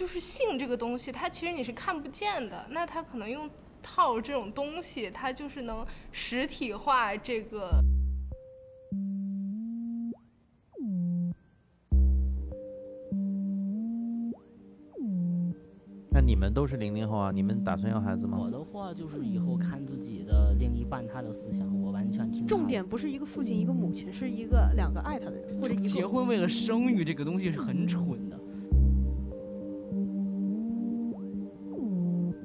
就是性这个东西，它其实你是看不见的，那它可能用套这种东西，它就是能实体化这个。那你们都是零零后啊，你们打算要孩子吗？嗯我的话就是以后看自己的另一半他的思想，我完全听他的。重点不是一个父亲，一个母亲，是一个两个爱他的人，或者一个结婚为了生育这个东西是很蠢的。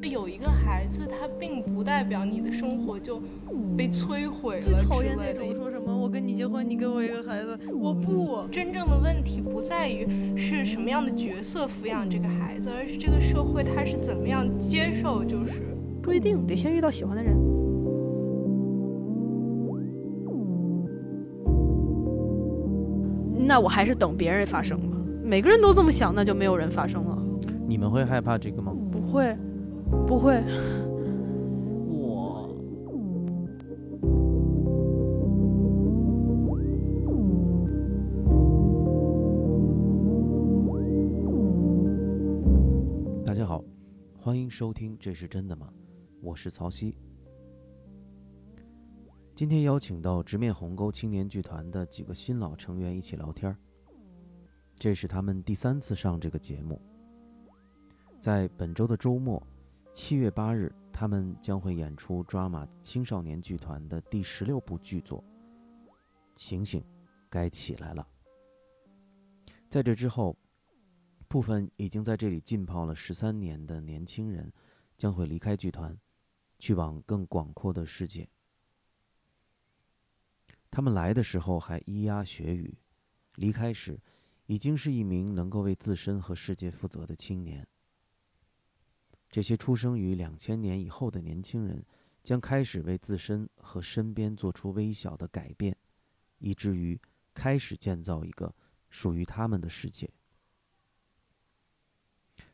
有一个孩子，他并不代表你的生活就被摧毁了之最类的。讨厌那种说什么我跟你结婚，你给我一个孩子，我不。真正的问题不在于是什么样的角色抚养这个孩子，而是这个社会它是怎么样接受，就是不一定得先遇到喜欢的人。那我还是等别人发生吧。每个人都这么想，那就没有人发生了。你们会害怕这个吗？不会，不会，我大家好，欢迎收听《这是真的吗》，我是曹曦。今天邀请到直面鸿沟青年剧团的几个新老成员一起聊天儿，这是他们第三次上这个节目。在本周的周末，七月八日，他们将会演出抓马青少年剧团的第十六部剧作《醒醒，该起来了》。在这之后，部分已经在这里浸泡了十三年的年轻人，将会离开剧团，去往更广阔的世界。他们来的时候还咿呀学语，离开时已经是一名能够为自身和世界负责的青年。这些出生于两千年以后的年轻人，将开始为自身和身边做出微小的改变，以至于开始建造一个属于他们的世界。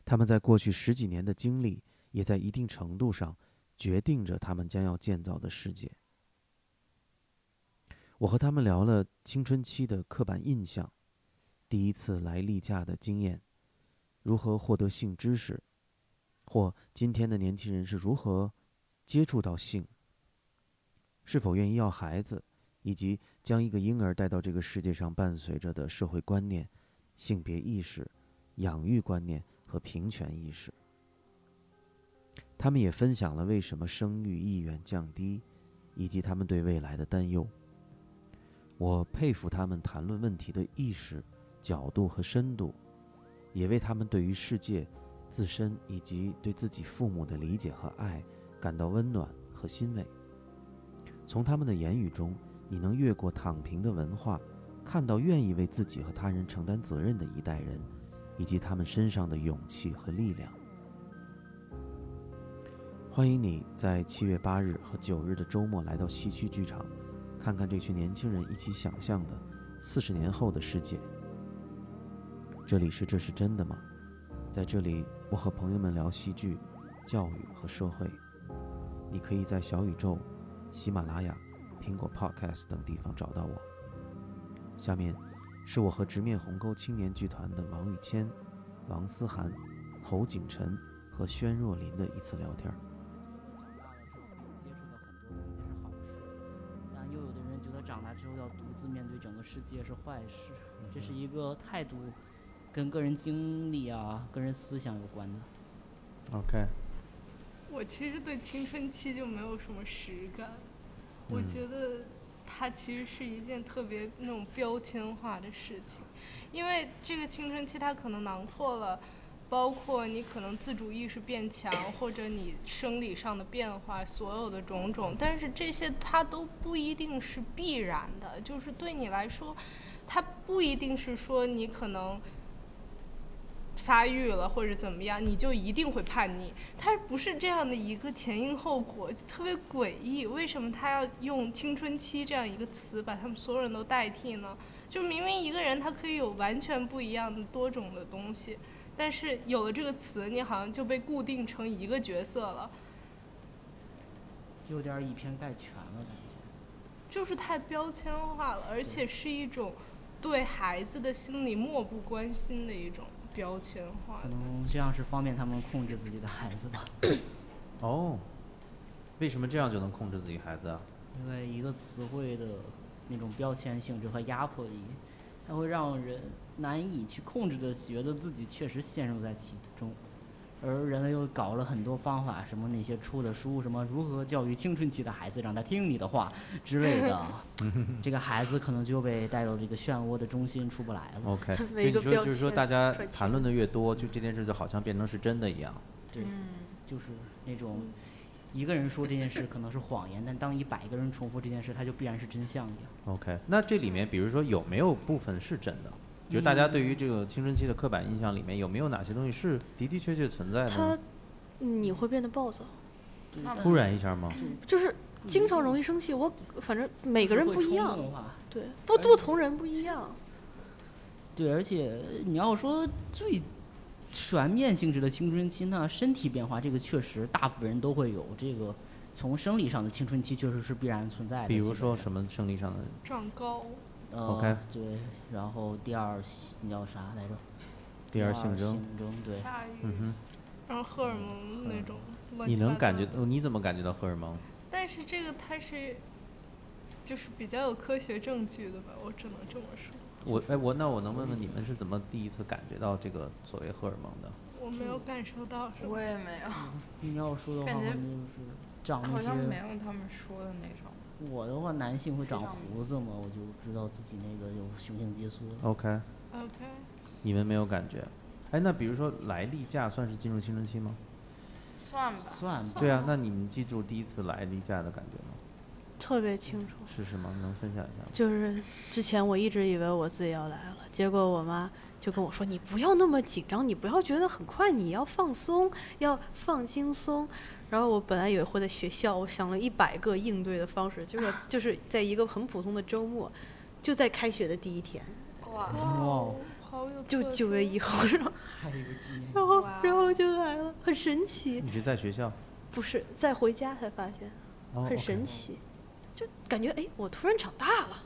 他们在过去十几年的经历，也在一定程度上决定着他们将要建造的世界。我和他们聊了青春期的刻板印象，第一次来例假的经验，如何获得性知识，或今天的年轻人是如何接触到性，是否愿意要孩子，以及将一个婴儿带到这个世界上伴随着的社会观念、性别意识、养育观念和平权意识。他们也分享了为什么生育意愿降低，以及他们对未来的担忧。我佩服他们谈论问题的意识、角度和深度，也为他们对于世界、自身以及对自己父母的理解和爱感到温暖和欣慰。从他们的言语中，你能越过躺平的文化，看到愿意为自己和他人承担责任的一代人，以及他们身上的勇气和力量。欢迎你在七月八日和九日的周末来到西区剧场，看看这群年轻人一起想象的四十年后的世界。这里是这是真的吗？在这里，我和朋友们聊戏剧、教育和社会。你可以在小宇宙、喜马拉雅、苹果 Podcast 等地方找到我。下面是我和直面鸿沟青年剧团的王宇谦、王思涵、侯景晨和宣若琳的一次聊天儿。接触的很多东西是好事，但又有的人觉得长大之后要独自面对整个世界是坏事，这是一个态度，跟个人经历啊、个人思想有关的。 OK，我其实对青春期就没有什么实感，我嗯觉得它其实是一件特别那种标签化的事情，因为这个青春期它可能囊括了。包括你可能自主意识变强，或者你生理上的变化，所有的种种，但是这些它都不一定是必然的。就是对你来说，它不一定是说你可能发育了或者怎么样，你就一定会叛逆。它不是这样的一个前因后果，特别诡异。为什么他要用青春期这样一个词把他们所有人都代替呢？就明明一个人他可以有完全不一样的多种的东西，但是有了这个词，你好像就被固定成一个角色了，有点儿以偏概全了，感觉。就是太标签化了，而且是一种对孩子的心理漠不关心的一种标签化可的。能这样是方便他们控制自己的孩子吧。哦，为什么这样就能控制自己孩子啊？因为一个词汇的那种标签性质和压迫力，它会让人难以去控制的觉得自己确实陷入在其中，而人类又搞了很多方法，什么那些出的书，什么如何教育青春期的孩子让他听你的话之类 的，这个孩子可能就被带到这个漩涡的中心出不来了。 OK，所 每以个你说标就是说，签大家赚谈论的越多，就这件事就好像变成是真的一样。对，就是那种一个人说这件事可能是谎言，但当一百个人重复这件事，它就必然是真相一样。 OK，那这里面比如说有没有部分是真的？就是大家对于这嗯个青春期的刻板印象里面，有没有哪些东西是的的确确存在的他呢？，你会变得暴躁，对那但突然一下嗯吗？就是经常容易生气。我反正每个是人会不一冲样动，化对，哎不不同人不一样。对，而且你要说最全面性质的青春期呢，身体变化这个确实大部分人都会有。这个从生理上的青春期确实是必然存在的。比基如本说上什么生理上的？长高，呃 OK 对，然后第二你叫啥来着？第二性征，性征对，下雨嗯然后荷尔蒙那种哼，乱你七八能感觉糟的？哦你怎么感觉到荷尔蒙？但是这个它是，就是比较有科学证据的吧，我只能这么说。我哎我那我能问问你们是怎么第一次感觉到这个所谓荷尔蒙的？我没嗯有感受到什么我，也没有，你要说的话，感可觉能就是长那好像没些。有他们说的那种。我的话，男性会非长常胡子嘛，我就知道自己那个有雄性激素了。 OK， OK，你们没有感觉？哎，那比如说来例假算是进入青春期吗？算吧，算吧，对啊，那你们记住第一次来例假的感觉吗？特别清楚。是什么？能分享一下吗？就是之前我一直以为我自己要来了，结果我妈就跟我说：“你不要那么紧张，你不要觉得很快，你要放松，要放轻松。”然后我本来以为会在学校，我想了一百个应对的方式，结果 就是在一个很普通的周末，就在开学的第一天，哇，哦，好有就特九月色啊一号，然后还有一个纪念。然后哇哦然后就来了，很神奇。你是在学校？不是再回家才发现，哦很神。奇，就感觉哎，我突然长大了。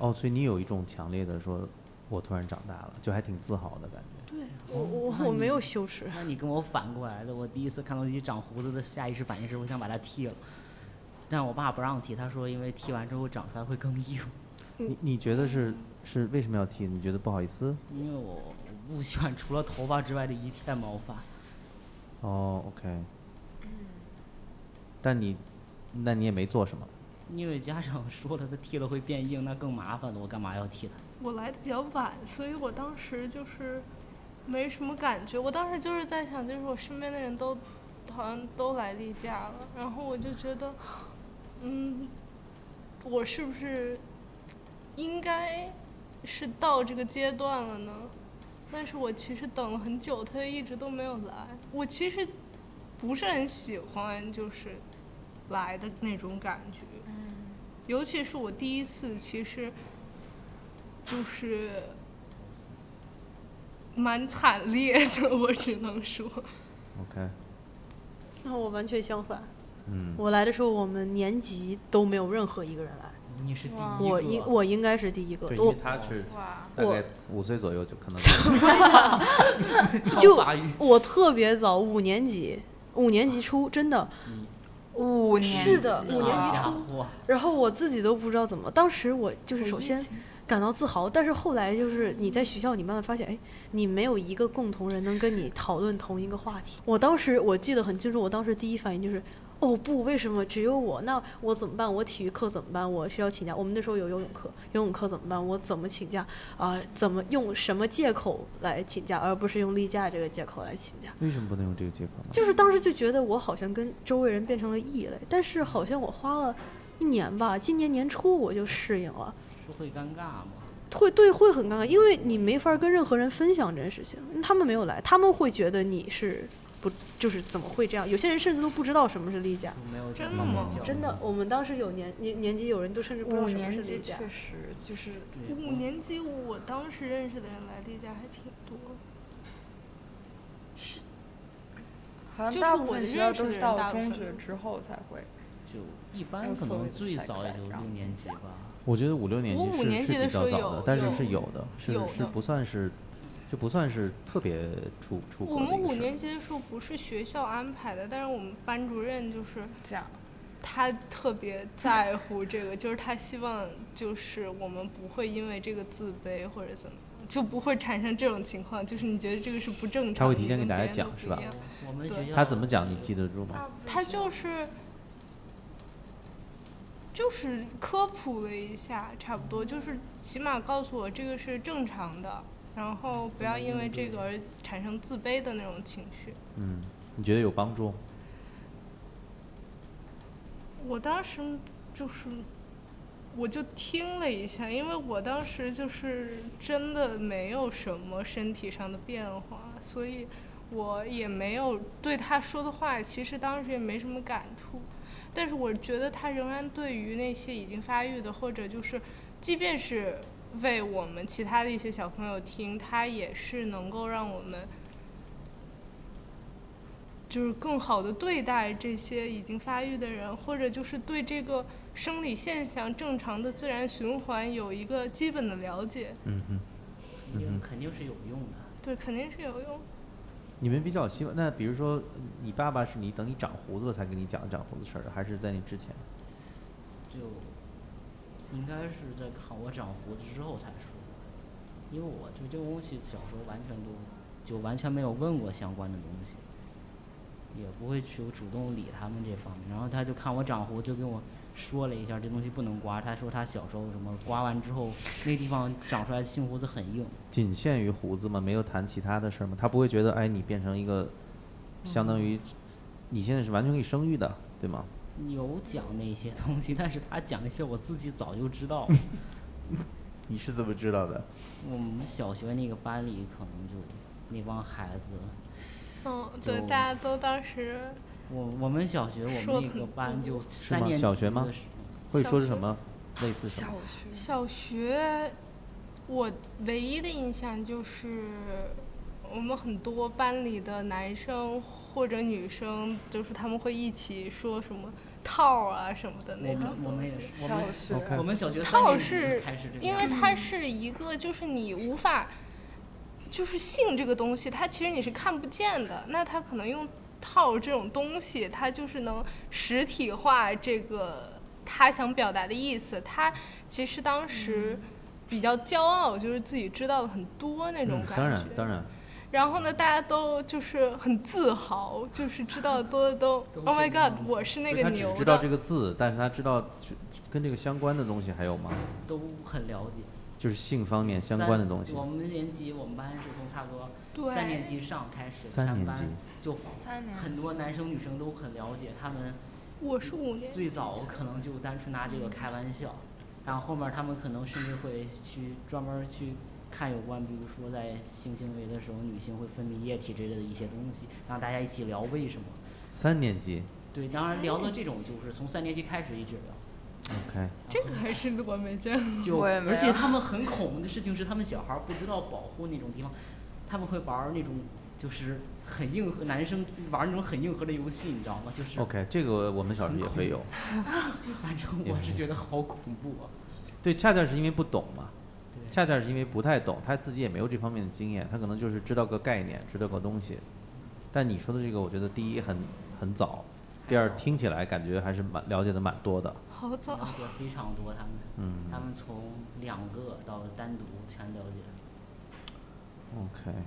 哦，所以你有一种强烈的说，我突然长大了，就还挺自豪的感觉。对哦我我那我你没有羞耻。那你跟我反过来的，我第一次看到自己长胡子的下意识反应是我想把它剃了，但我爸不让剃，他说因为剃完之后长出来会更硬，嗯你你觉得是是为什么要剃？你觉得不好意思？因为我我不喜欢除了头发之外的一切毛发。哦，OK。但你，那你也没做什么。因为家长说了，他剃了会变硬，那更麻烦了，我干嘛要剃它？我来的比较晚，所以我当时就是没什么感觉。我当时就是在想，就是我身边的人都好像都来例假了，然后我就觉得，嗯，我是不是应该是到这个阶段了呢？但是我其实等了很久，他一直都没有来。我其实不是很喜欢就是来的那种感觉，嗯尤其是我第一次，其实就是蛮惨烈的，我只能说。 OK，然后我完全相反，嗯，我来的时候，我们年级都没有任何一个人来，你是第一哇个，我应我应该是第一个，我他是哇，大我概五岁左右就可能就发育我特别早，五年级，五年级初，真的，五年 是的级五年级了初啊哇然后我自己都不知道怎么，当时我就是首先感到自豪，但是后来就是你在学校，你慢慢发现，哎，你没有一个共同人能跟你讨论同一个话题。我当时我记得很清楚，我当时第一反应就是。哦不，为什么只有我？那我怎么办？我体育课怎么办？我是要请假。我们那时候有游泳课，游泳课怎么办？我怎么请假？啊、怎么用什么借口来请假，而不是用例假这个借口来请假？为什么不能用这个借口呢？就是当时就觉得我好像跟周围人变成了异类，但是好像我花了一年吧，今年年初我就适应了，是会尴尬吗？会对会很尴尬，因为你没法跟任何人分享这件事情，他们没有来，他们会觉得你是不就是怎么会这样？有些人甚至都不知道什么是例假，有没有这真的样比吗较真的，我们当时有年年年级有人都甚至不知道五什么年是例级假，确实就是对五年级，我当时认识的人来例假还挺多。好就是像大部我分的学认校识都的是人到大部中分学都之后才会。就一般有可所能谓的最赛早也赛就让六年人级家吧。我觉得五六年我级五是年级是的时比较候早有但是有是有的，是有是的不算是就不算是特别出出我格的一们个五事儿年级的时候不是学校安排的，但是我们班主任就是讲他特别在乎这个，就是他希望就是我们不会因为这个自卑或者怎么。就不会产生这种情况，就是你觉得这个是不正常的。他会提前你跟给大家别人都讲是不一吧样我们对学校他怎么讲，你记得住吗？他就是就是科普了一下，差不多就是起码告诉我这个是正常的，然后不要因为这个而产生自卑的那种情绪。嗯，你觉得有帮助吗？我当时就是。我就听了一下，因为我当时就是真的没有什么身体上的变化，所以我也没有对他说的话，其实当时也没什么感触。但是我觉得他仍然对于那些已经发育的，或者就是，即便是为我们其他的一些小朋友听，他也是能够让我们，就是更好的对待这些已经发育的人，或者就是对这个生理现象正常的自然循环有一个基本的了解。嗯哼，因为嗯哼肯定是有用的。对，肯定是有用。你们比较希望那比如说你爸爸是你等你长胡子了才跟你讲长胡子事儿的，还是在你之前？就应该是在看我长胡子之后才说，因为我对这个东西小时候完全都就完全没有问过相关的东西，也不会去主动理他们这方面。然后他就看我长胡，就跟我说了一下这东西不能刮，他说他小时候什么刮完之后那地方长出来的杏胡子很硬，仅限于胡子吗？没有谈其他的事儿吗？他不会觉得哎，你变成一个嗯相当于你现在是完全可以生育的，对吗？有讲那些东西，但是他讲那些我自己早就知 道了。你是怎么知道的？我们小学那个班里可能就那帮孩子，嗯，就对，大家都当时我我们小学我说们那很个班就吗三年级小学吗的时候会小说是学什么？类似什小么？学小学，我唯一的印象就是，我们很多班里的男生或者女生，就是他们会一起说什么套啊什么的那我种们我东们西也。是，我小们学 OK 我们小学三套年级是就开始这个因为样子它是一个，就是你无法，就是性这个东西，它其实你是看不见的。那它可能用套这种东西，它就是能实体化这个他想表达的意思。他其实当时比较骄傲，就是自己知道的很多那种嗯感觉。当然，当然，然后呢，大家都就是很自豪，就是知道的多的都都，Oh my 这样 God，子我是那就个他只牛是的。知道这个字，但是他知道就跟这个相关的东西还有吗？都很了解就是性方面相关的三东西。我们年级我们班是从差不多对三年级上开始，三年班级就三年很多男生女生都很了解，他们我是五年级最早可能就单纯拿这个开玩笑，然后后面他们可能甚至会去专门去看有关，比如说在性行为的时候，女性会分泌液体之类的一些东西，让大家一起聊为什么。三年级对，当然聊到这种就是从三年级开始一直聊，啊，OK，这个还是我没见过。就我也没而且有他们很恐怖的事情是，他们小孩儿不知道保护那种地方，他们会玩儿那种就是很硬核，男生玩儿那种很硬核的游戏，你知道吗？就是 OK，这个我们小时候也会有。反正我是觉得好恐怖啊。对，恰恰是因为不懂嘛，对，恰恰是因为不太懂，他自己也没有这方面的经验，他可能就是知道个概念，知道个东西。但你说的这个，我觉得第一很很早，第二听起来感觉还是蛮了解的蛮多的。好哦早了解非常多，他们嗯他们从两个到单独全了解。 ，OK，OK，、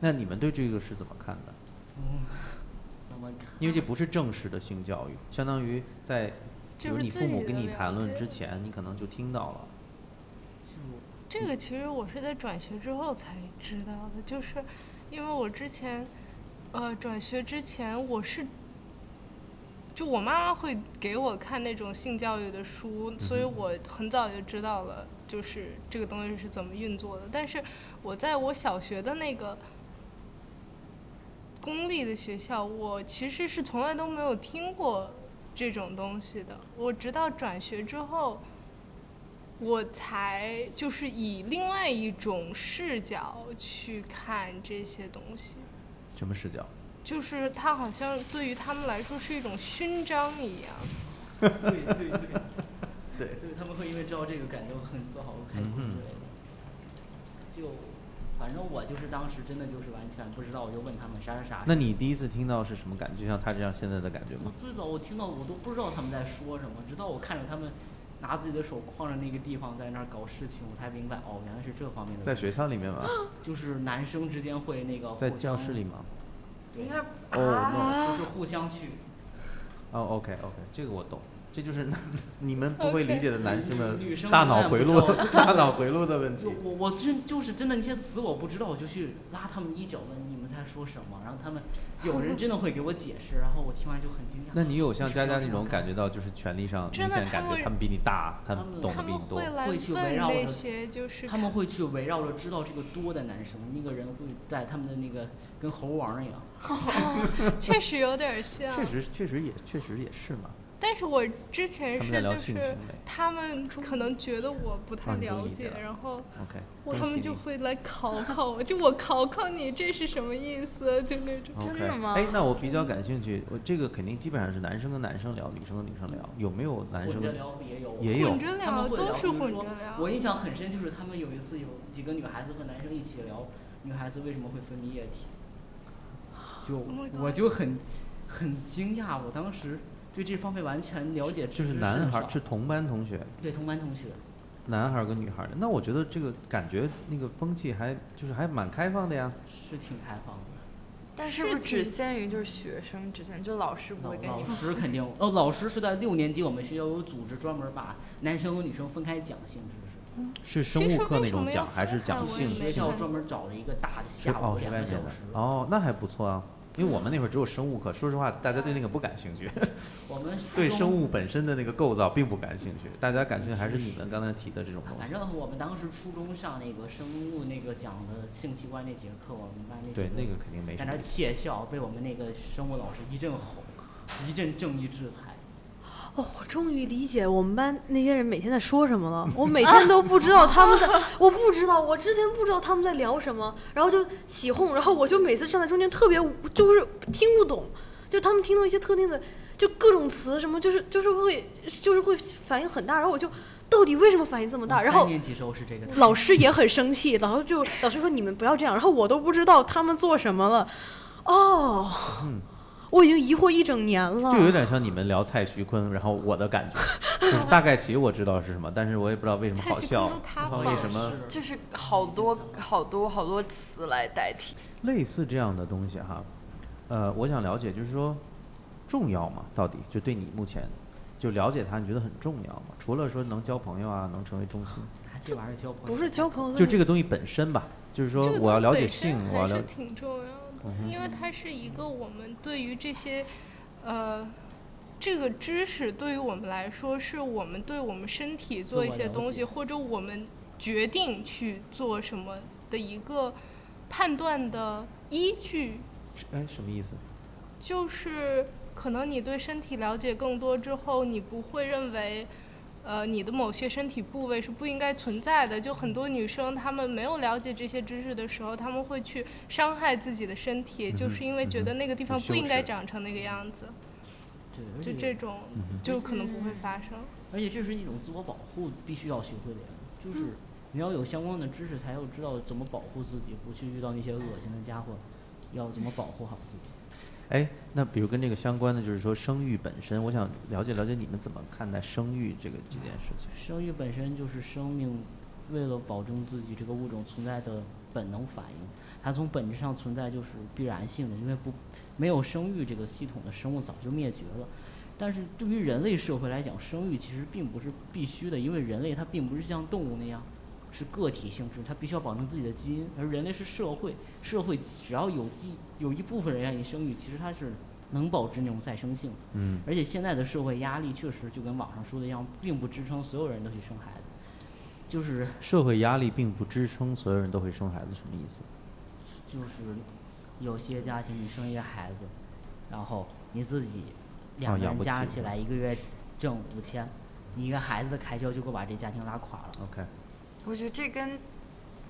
那你们对这个是怎么看的？嗯，怎么看？因为这不是正式的性教育，相当于在比就如是你自父己母的跟你了谈论解之前，你可能就听到了。就这嗯个其实我是在转学之后才知道的，就是因为我之前，呃，转学之前我是，就我妈妈会给我看那种性教育的书，嗯所以我很早就知道了，就是这个东西是怎么运作的。但是我在我小学的那个公立的学校，我其实是从来都没有听过这种东西的。我直到转学之后，我才就是以另外一种视角去看这些东西，什么视角？就是它好像对于他们来说是一种勋章一样。对对对嗯对，对他们会因为知道这个感觉很自豪、很开心之类的。就就反正我就是当时真的就是完全不知道，我就问他们啥啥啥。那你第一次听到是什么感觉？就像他这样现在的感觉我吗？最早我听到我都不知道他们在说什么，直到我看着他们拿自己的手框着那个地方在那儿搞事情，我才明白哦，原来是这方面的。在学校里面吗？就是男生之间会那个在互教相室里吗？对应该啊啊哦就是互相去哦，OK OK，这个我懂，这就是 你们不会理解的男生的女生大永远脑回不路，知道 大脑回路的问 题就。我我真就是真的那些词我不知道，我就去拉他们一脚问你们在说什么，然后他们有人真的会给我解释，然后我听完就很惊讶。那你有像为什佳么要佳这那么种干感觉到就是权力上真明的显他感觉会嗯他们比你大，他他们们懂他得比们你多会。来会去围问绕那着些就是他们会去围绕着知道这个多的男生，那个人会在他们的那个跟猴王一样。哦 确实有点像，确实，确实也确实也是嘛。但是我之前他们是在聊就性是行为他们可能觉得我不太啊你都了理解解，了然后，OK。他们就会来考考我，就我考考你这是什么意思，就那种。 OK，真的吗哎，那我比较感兴趣，我这个肯定基本上是男生跟男生聊，女生跟女生聊，有没有男混生着跟？聊也有，也有混着他聊们会都聊是比如混着说聊我，印象很深，就是他们有一次有几个女孩子和男生一起聊女孩子为什么会分泌液体，就 Oh my god 我就很很惊讶，我当时对这方面完全了解就知是识男甚孩少是同班同学，对同班同学，男孩跟女孩的。那我觉得这个感觉那个风气还就是还蛮开放的呀。是挺开放的。但是是不是只挺限于就是学生之间，就老师不老会跟你老们师肯定，哦，老师是在六年级，我们学校有组织专门把男生和女生分开讲性知是生其物实课为那什种么要讲，还分是开讲我也性识，没性学看校过专门找了一个大的是下哦午，是两外个面小的时，哦，那还不错啊。因为我们那会儿只有生物课，说实话，大家对那个不感兴趣，我们初对中生物本身的那个构造并不感兴趣，大家感兴趣还是是你们刚才提的这种啊东反西。正我们当时初中上那个生物那个讲的性器官那节课，我们班那对几，那个肯定没什在那么儿。窃笑，被我们那个生物老师一阵吼，一阵正义制裁。哦，我终于理解我们班那些人每天在说什么了。我每天都不知道他们在，我不知道，我之前不知道他们在聊什么，然后就起哄，然后我就每次站在中间特别无就是听不懂，就他们听到一些特定的，就各种词什么，就是就是会就是会反应很大，然后我就到底为什么反应这么我大？然三后年级时候是这个态度，老师也很生气，然后就老师说你们不要这样，然后我都不知道他们做什么了，哦嗯。我已经疑惑一整年了，就有点像你们聊蔡徐坤，然后我的感觉就是大概其我知道是什么，但是我也不知道为什么蔡好徐坤笑都，塌然后房为什么啊是就是好多好多好多词来代替。类似这样的东西哈。呃，我想了解，就是说重要吗？到底就对你目前就了解它，你觉得很重要吗？除了说能交朋友啊，能成为中心，他这玩意儿交朋友不是交朋友，就这个东西本身吧，就是说嗯这个我要东了西解本身性，我要还了是挺重要嗯的，哼因为它是一个我们对于这些，呃。这个知识对于我们来说，是我们对我们身体自做一我些了东西，解或者我们决定去做什么的一个判断的依据。哎什么意思？就是可能你对身体了解更多之后，你不会认为，呃，你的某些身体部位是不应该存在的。就很多女生她们没有了解这些知识的时候，她们会去伤害自己的身体，嗯就哼是因为觉得那个地方很羞不应该耻长成那个样子，对，就而且这种嗯哼就可能不会发生。而且这是一种自我保护必须要学会的呀，嗯就是你要有相关的知识，才要知道怎么保护自己，不去遇到那些恶心的家伙，要怎么保护好自己。哎，那比如跟这个相关的，就是说生育本身，我想了解了解你们怎么看待生育这个这件事情。生育本身就是生命为了保证自己这个物种存在的本能反应，它从本质上存在就是必然性的，因为不没有生育这个系统的生物早就灭绝了。但是对于人类社会来讲，生育其实并不是必须的，因为人类它并不是像动物那样是个体性质，它必须要保证自己的基因，而人类是社会，社会只要有基有一部分人愿意生育，其实它是能保持那种再生性的。嗯，而且现在的社会压力确实就跟网上说的一样，并不支撑所有人都去生孩子。就是社会压力并不支撑所有人都会生孩子，什么意思？就是，有些家庭你生一个孩子，然后你自己哦两个养人不加起起是吧来一个月挣五千，你一个孩子的开销就够把这家庭拉垮了。 OK，我觉得这跟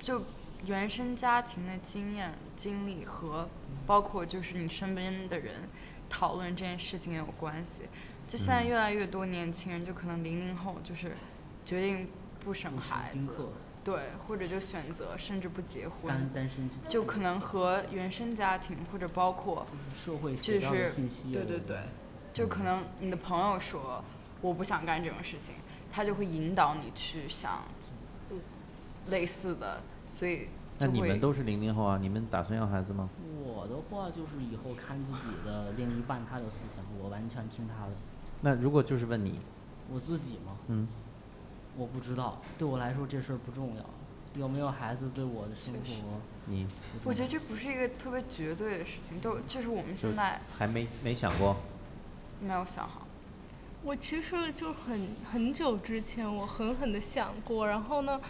就原生家庭的经验、经历和包括就是你身边的人讨论这件事情也有关系。就现在嗯越来越多年轻人，就可能零零后就是决定不生入室孩丁子，克对，或者就选择甚至不结单婚，单身之就可能和原生家庭或者包括就是社会就学到的是信息。对对对，就可能你的朋友说我不想干这种事情，他就会引导你去想类似的，所以那就你会们都是零零后啊，你们打算要孩子吗？我的话就是以后看自己的另一半他的思想，我完全听他的。那如果就是问你，我自己嘛，嗯，我不知道，对我来说这事儿不重要。有没有孩子对我的生确实活你不重要？我觉得这不是一个特别绝对的事情，都就是我们就现在还没没想过？没有想好。我其实就很很久之前，我狠狠的想过，然后呢，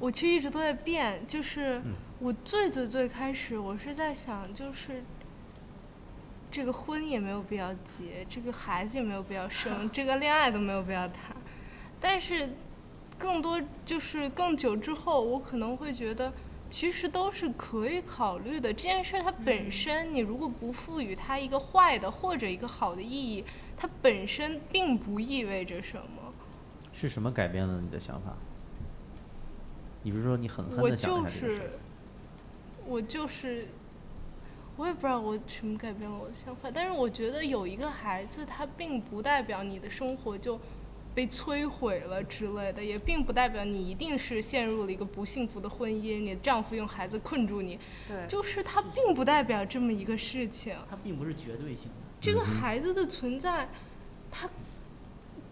我其实一直都在变，就是嗯我最最最开始我是在想，就是这个婚也没有必要结，这个孩子也没有必要生，这个恋爱都没有必要谈，但是更多就是更久之后，我可能会觉得。其实都是可以考虑的。这件事它本身，你如果不赋予它一个坏的或者一个好的意义，它本身并不意味着什么。是什么改变了你的想法？你不是说你狠狠我的想了就一下这个事是儿？，我就是，我也不知道我什么改变了我的想法，但是我觉得有一个孩子，他并不代表你的生活就被摧毁了之类的，也并不代表你一定是陷入了一个不幸福的婚姻，你的丈夫用孩子困住你，对，就是它并不代表这么一个事情。它并不是绝对性的，这个嗯哼孩子的存在，他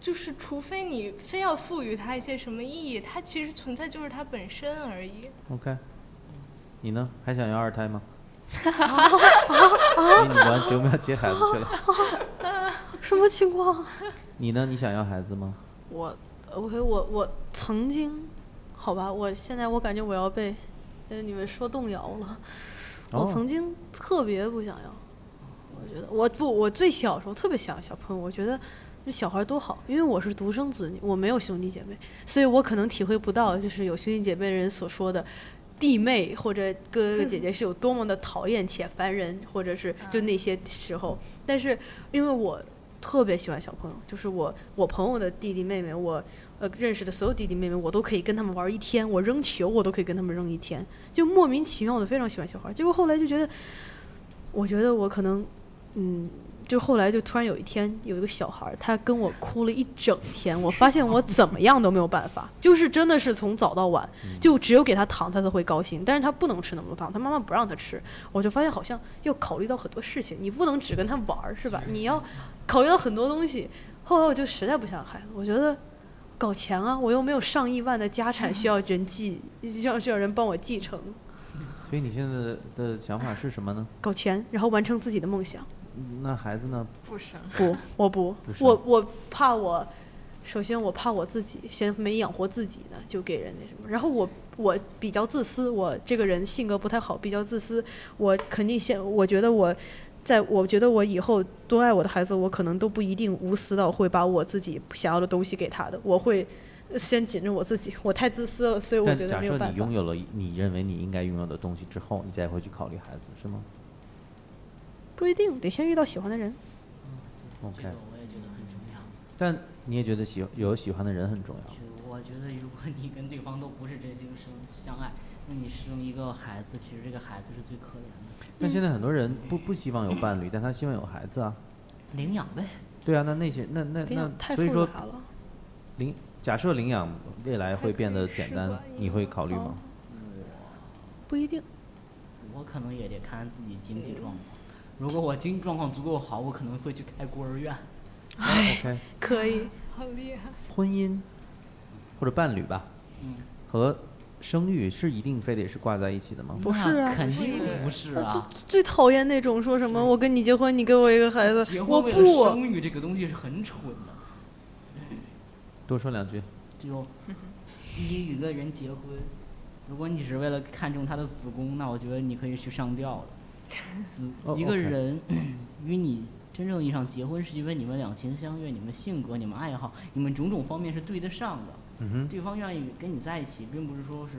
就是除非你非要赋予他一些什么意义，他其实存在就是他本身而已。 OK，你呢？还想要二 胎吗？ 哎你玩九秒接孩子去了。 什么情况？啊你呢？你想要孩子吗？我 OK，我我曾经，好吧，我现在我感觉我要被，呃，你们说动摇了。我哦曾经特别不想要，我觉得我不，我最小时候特别想要小朋友，我觉得这小孩多好，因为我是独生子女，我没有兄弟姐妹，所以我可能体会不到，就是有兄弟姐妹人所说的。弟妹或者哥哥姐姐是有多么的讨厌且烦人，或者是就那些时候。但是因为我特别喜欢小朋友，就是我我朋友的弟弟妹妹，我呃认识的所有弟弟妹妹，我都可以跟他们玩一天，我扔球我都可以跟他们扔一天，就莫名其妙的非常喜欢小孩儿。结果后来就觉得，我觉得我可能，嗯，就后来就突然有一天有一个小孩儿，他跟我哭了一整天，我发现我怎么样都没有办法，就是真的是从早到晚，就只有给他糖他才会高兴，但是他不能吃那么多糖，他妈妈不让他吃，我就发现好像要考虑到很多事情，你不能只跟他玩儿是吧？你要考虑到很多东西。后来我就实在不想要孩子，我觉得搞钱啊，我又没有上亿万的家 产需要人继，需要需要人帮我继承，所以你现在的的想法是什么呢？搞钱，然后完成自己的梦想。嗯那孩子呢？不生。 不，我不不，是我我怕我，首先我怕我自己先没养活自己呢，就给人那什么。然后我我比较自私，我这个人性格不太好，比较自私。我肯定先，我觉得我，在我觉得我以后多爱我的孩子，我可能都不一定无私到会把我自己想要的东西给他的，我会。呃先紧着我自己，我太自私了，所以我但觉得假没有设办你法拥。有了你认为你应该拥有的东西之后，你再会去考虑孩子，是吗不一定得先遇到喜欢的人。这？OK，个我也觉得很重要。但你也觉得喜有喜欢的人很重要。就我觉得，如果你跟对方都不是真心生相爱，那你生一个孩子，其实这个孩子是最可怜的。但现在很多人不不希望有伴侣，但他希望有孩子啊。领养呗，对啊，那那些那那这样那，太所复以说杂了。领假设领养未来会变得简单还可以试，管你会考虑吗？不一定。我可能也得看自己经济状况。如果我经济状况足够好，我可能会去开孤儿院。 OK，可以，好厉害！婚姻或者伴侣吧，嗯，和生育是一定非得是挂在一起的吗？不是啊哦那肯不一定定不是啊。呃最讨厌那种说什么我跟你结婚，你给我一个孩子结，我婚为了不，生育这个东西是很蠢的。多说两句。就你与一个人结婚，如果你只是为了看中他的子宫，那我觉得你可以去上吊了。子哦一个 OK 人与你真正意义上结婚，是因为你们两情相悦，你们性格、你们爱好、你们种种方面是对得上的。嗯哼，对方愿意跟你在一起，并不是说是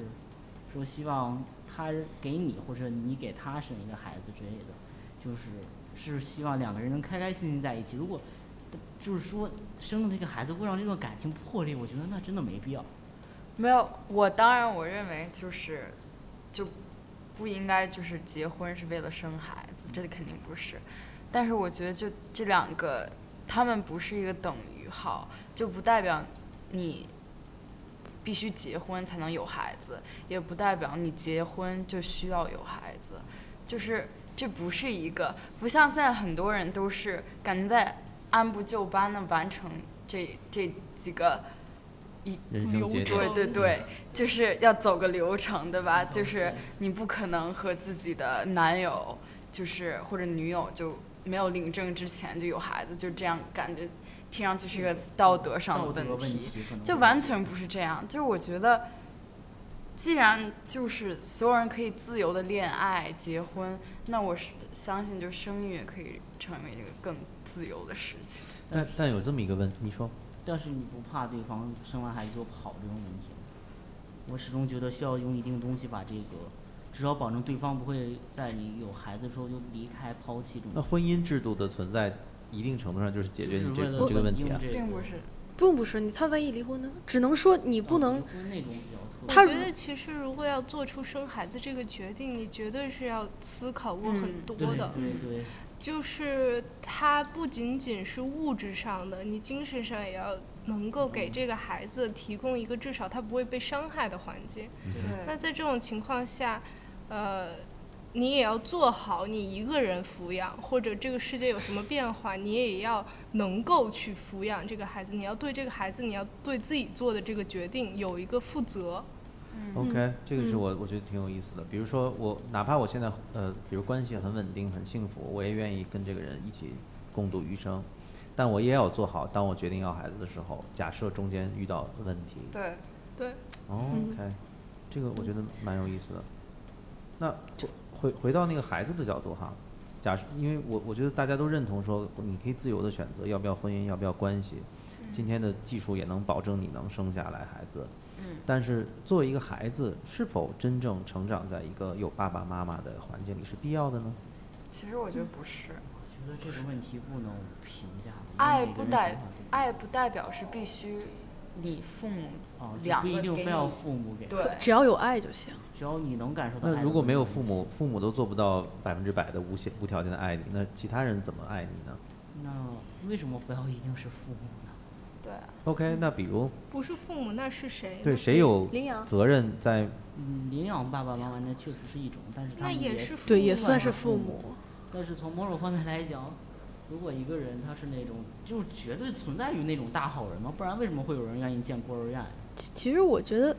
说希望他给你或者你给他生一个孩子之类的，就是是希望两个人能开开心心在一起。如果就是说生了这个孩子会让这段感情破裂，我觉得那真的没必要。没有，我当然我认为就是，就不应该就是结婚是为了生孩子，这肯定不是。但是我觉得就这两个，他们不是一个等于号，就不代表你必须结婚才能有孩子，也不代表你结婚就需要有孩子，就是这不是一个，不像现在很多人都是感觉在按部就班的完成这这几个。人流生节程点，对对对，就是要走个流程，对吧？啊就是对你不可能和自己的男友，就是或者女友就没有领证之前就有孩子，就这样感觉听上去是个道德上的道德问问题，题可能就会完全不是这样。就是我觉得，既然就是所有人可以自由的恋爱、结婚，那我是相信，就生育也可以成为这个更自由的事情。但但有这么一个问题，你说但是你不怕对方生完孩子就跑这种问题吗？我始终觉得需要用一定东西把这个，至少保证对方不会在你有孩子之后就离开抛弃这那种。婚姻制度的存在，一定程度上就是解决就是你为这了这个问稳题定啊。这个，呃并不是，并不是你，他万一离婚呢？只能说你啊不能离婚那种比较特他我觉如得其实如果要做出生孩子这个决定，你绝对是要思考过很嗯多对的，对对，就是它不仅仅是物质上的，你精神上也要能够给这个孩子提供一个至少他不会被伤害的环境。嗯那在这种情况下，呃，你也要做好你一个人抚养，或者这个世界有什么变化，你也要能够去抚养这个孩子。你要对这个孩子，你要对自己做的这个决定有一个负责。嗯， OK，这个是嗯我我觉得挺有意思的。比如说我哪怕我现在呃，比如关系很稳定、很幸福，我也愿意跟这个人一起共度余生，但我也要做好，当我决定要孩子的时候，假设中间遇到问题。对，对，哦嗯 OK，这个我觉得蛮有意思的。那回回回到那个孩子的角度哈，假设因为我我觉得大家都认同说，你可以自由的选择要不要婚姻，要不要关系。今天的技术也能保证你能生下来孩子，嗯但是作为一个孩子，是否真正成长在一个有爸爸妈妈的环境里是必要的呢？其实我觉得不是。我觉得这个问题不能评价。因为爱每个不人代想法不一样爱不代表是必须你父母哦，就两不一个定给非要你父母给，对只要有爱就行。只要你能感受到爱那的如果温没有暖父就母，父母都做不到百分之百的无限无条件的爱你，那其他人怎么爱你呢行，那为什么非要一定是父母呢？对？OK，那比如不是父母，那是谁呢？对谁有领养责任在嗯，领养爸爸妈妈那确实是一种，但是他那们也是父母对，也啊算是嗯父父母母。但是从某种方面来讲，如果一个人他是那种就是绝对存在于那种大好人嘛，不然为什么会有人愿意见孤儿院？其其实我觉得，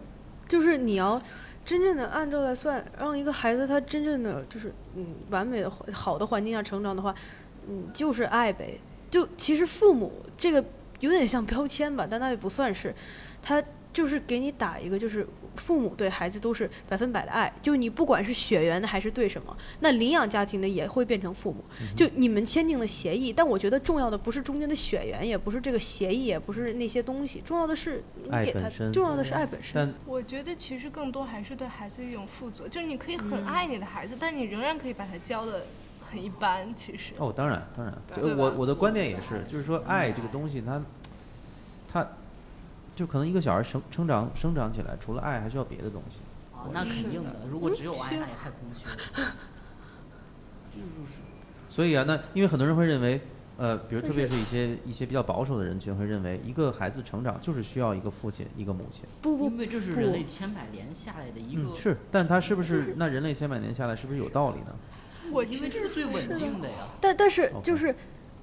就是你要真正的按照来算，让一个孩子他真正的就是嗯完美的环好的环境下成长的话，嗯就是爱呗。就其实父母这个有点像标签吧，但那也不算是，他就是给你打一个就是。父母对孩子都是百分百的爱，就你不管是血缘的还是对什么，那领养家庭的也会变成父母。就你们签订了协议，但我觉得重要的不是中间的血缘，也不是这个协议，也不是那些东西，重要的是你爱给本他身重要的是爱本身。但我觉得其实更多还是对孩子一种负责，就是你可以很嗯爱你的孩子，但你仍然可以把他教的很一般。其实，哦，当然，当然，对呃对我吧我的观点也是，就是说爱这个东西它，它就可能一个小孩生生长生长起来，除了爱还需要别的东西。啊，那肯定的。如果只有嗯爱，那也太空 虚了。所以啊，那因为很多人会认为，呃，比如就特别是一些一些比较保守的人群会认为，一个孩子成长就是需要一个父亲一个母亲。不不因为这是人类千百年下来的一嗯个，，是，但他是不是那人类千百年下来是不是有道理呢？我因其为这是实最稳定的呀。但但是 OK 就是，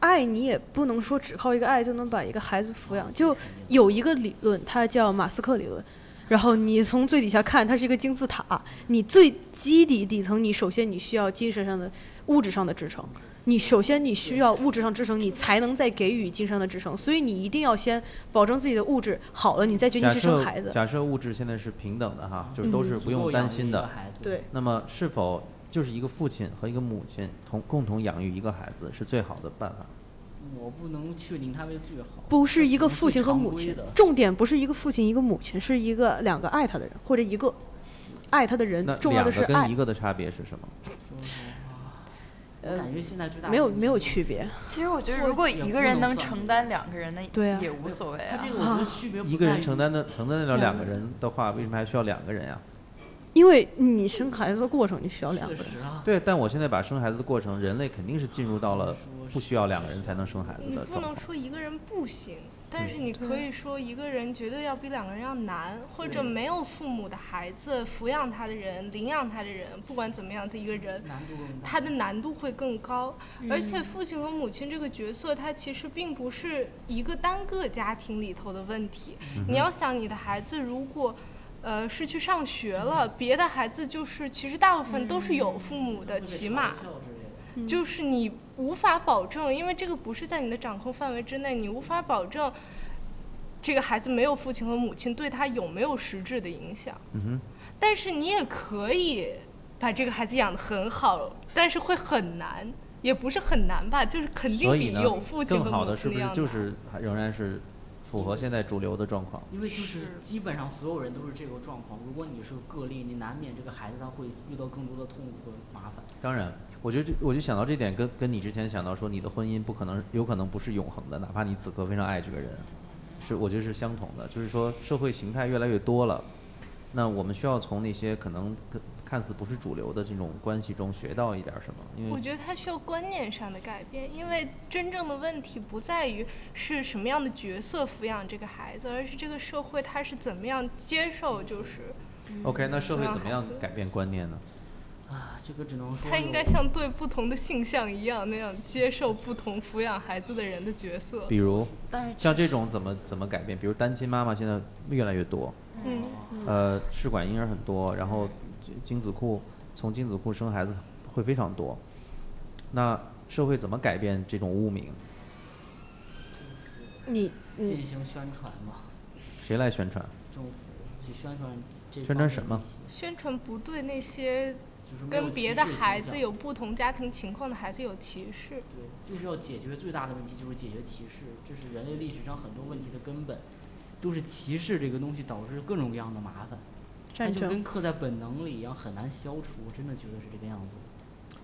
爱你也不能说只靠一个爱就能把一个孩子抚养。就肯定有一个理论，它叫马斯克理论。然后你从最底下看，它是一个金字塔。你最基底底层，你首先你需要精神上的、物质上的支撑。你首先你需要物质上支撑，你才能再给予精神上的支撑。所以你一定要先保证自己的物质好了，你再决定假去生设孩子。假设物质现在是平等的哈，啊就是都嗯是足不够用养担育心一的个。孩子，对，那么是否就是一个父亲和一个母亲同共同养育一个孩子是最好的办法？我不能确定他为最好。不这是一可个能父最亲和常母规亲的，重点不是一个父亲一个母亲，是一个两个爱他的人或者一个爱他的人那，嗯重要两的个是跟爱一。个的差别是什么？说实话我呃感觉现在最大的没有问题没有就是区别。其实我觉得，做如果也一不个人能能算承担两个人，那对啊也无所谓他啊这。个我觉得区别不一个在人于承担的承担得了两个人的话，为什么还需要两个人呀、啊因为你生孩子的过程你需要两个确人，实啊，对，但我现在把生孩子的过程，人类肯定是进入到了说不是需要两个人才能生孩子你的不状能况。嗯说一个人不行，但是你可对以说一个人绝对要比两个人要难，或者对没有父母的孩子抚养他的人、领养他的人，不管怎么样的一个人，难度更大。他的难度会更高。嗯而且父亲和母亲这个角色，他其实并不是一个单个家庭里头的问题。嗯你要想你的孩子如果。呃，是去上学了，别的孩子就是，其实大部分都是嗯有父母的，会被起嘲码笑之类的嗯就是你无法保证，因为这个不是在你的掌控范围之内，你无法保证这个孩子没有父亲和母亲对他有没有实质的影响。嗯但是你也可以把这个孩子养得很好，但是会很难，也不是很难吧，就是肯哼，定所以比呢有父，亲更和母好的是亲不要难。是就是嗯还仍然是符合现在主流的状况？因为就是是基本上所有人都是这个状况。如果你是个例，你难免这个孩子他会遇到更多的痛苦和麻烦。当然，我觉得这我就想到这点，跟跟你之前想到说你的婚姻不可能有可能不是永恒的，哪怕你此刻非常爱这个人，是我觉得是相同的。就是说社会形态越来越多了，那我们需要从那些可能跟看似不是主流的这种关系中学到一点什么，因我为觉得他需要观念上的改变，因为真正的问题不在于是什么样的角色抚养这个孩子，而是这个社会他是怎么样接受，就是。 OK，那社会让怎么孩样子改变观念呢？啊，这个只能说他应该有像对不同的性向一样，那样接受不同抚养孩子的人的角色。比如但是像确这实，种怎么怎么改变？比如单亲妈妈现在越来越多，嗯，呃，试管婴儿很多，然后精精子库从精子库生孩子会非常多。那社会怎么改变这种污名？嗯你你嗯进行宣传嘛，谁来宣传？政府去宣传这宣方传面什的么一些？宣传不对那些就是没有跟歧别的视现孩象子有不同家庭情况的孩子有歧视。对，就是要解决最大的问题，就是解决歧视，这是人类历史上很多问题的根本，都是歧视这个东西导致各种各样的麻烦，它战就争跟刻在本能里一样，很难消除。我真的觉得是这个样子，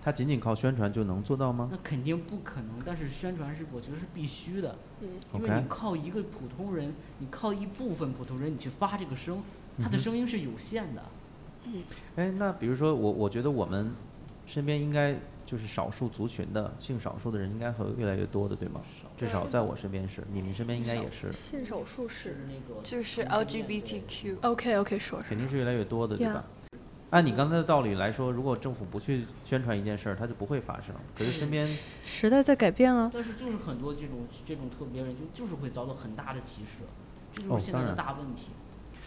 他仅仅靠宣传就能做到吗那肯定不可能，但是宣传是我觉得是必须的，嗯因为？OK，你靠一个普通人，你靠一部分普通人，你去发这个声，他嗯哼的声音是有限的。哎，那比如说我，我觉得我们身边应该就是少数族群的性少数的人应该会越来越多的，对吗？至少在我身边是，你们身边应该也是，信手术是那个就是 LGBTQ， OK OK 说肯定是越来越多的，对 Yeah 吧？按你刚才的道理来说，如果政府不去宣传一件事儿，它就不会发生。可是身边时代在改变啊，但是就是很多这种这种特别人就就是会遭到很大的歧视，这就哦是现当在的然大问题。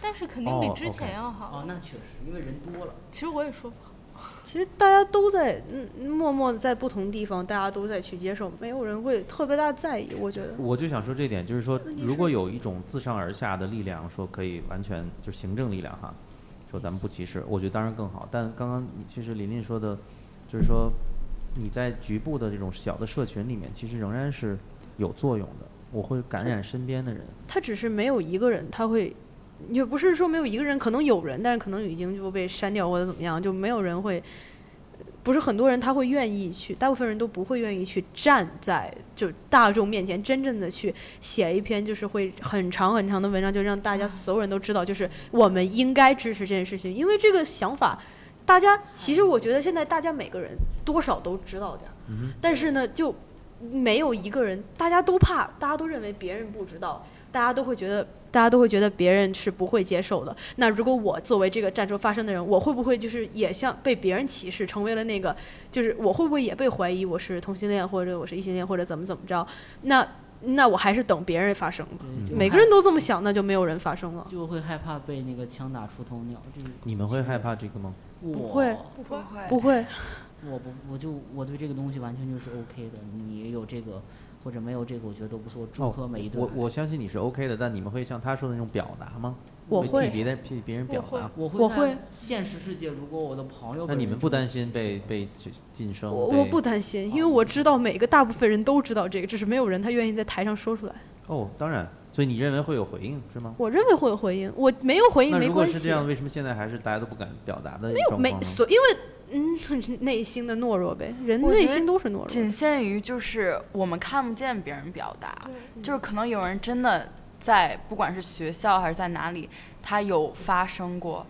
但是肯定比哦之前 OK 要好。哦，那确实，因为人多了，其实我也说不好，其实大家都在嗯默默地在不同地方，大家都在去接受，没有人会特别大在意，我觉得。我就想说这点，就是说问，题如是果有一种自上而下的力量，说可以完全就是行政力量哈，说咱们不歧视，我觉得当然更好。但刚刚你其实琳琳说的，就是说你在局部的这种小的社群里面，其实仍然是有作用的，我会感染身边的人。他只是没有一个人他会，也不是说没有一个人，可能有人，但是可能已经就被删掉或者怎么样，就没有人会，不是很多人他会愿意去，大部分人都不会愿意去站在就大众面前真正的去写一篇就是会很长很长的文章，就让大家所有人都知道，就是我们应该支持这件事情，因为这个想法。大家其实我觉得现在大家每个人多少都知道点儿，但是呢，就没有一个人，大家都怕，大家都认为别人不知道，大家都会觉得，大家都会觉得别人是不会接受的。那如果我作为这个战术发声的人，我会不会就是也像被别人歧视，成为了那个，就是我会不会也被怀疑我是同性恋，或者我是异性恋，或者怎么怎么着？那那我还是等别人发声吧。嗯对，就每个害人都这么想，那就没有人发声了。就会害怕被那个枪打出头鸟。这个你们会害怕这个吗？我不会不不会，不会，我不，我就我对这个东西完全就是 OK 的。你有这个或者没有这个，我觉得都不错。祝贺每一对。我我相信你是 OK 的，但你们会像他说的那种表达吗？我会会替别人替别人表我达。我我在会现实世界，如果我的朋友那本你人嗯们不这么担心被被晋升？我被我不担心，因为我知道每个大部分人都知道这个，只是没有人他愿意在台上说出来。哦，当然。所以你认为会有回应是吗？我认为会有回应，我没有回应那哎没如果关是系。这样，为什么现在还是大家都不敢表达的没状有况呢？没所，因为嗯， 内心的懦弱呗，人我觉内得心都是懦弱的。仅限于就是我们看不见别人表达，就是可能有人真的在不管是学校还是在哪里，他有发生过，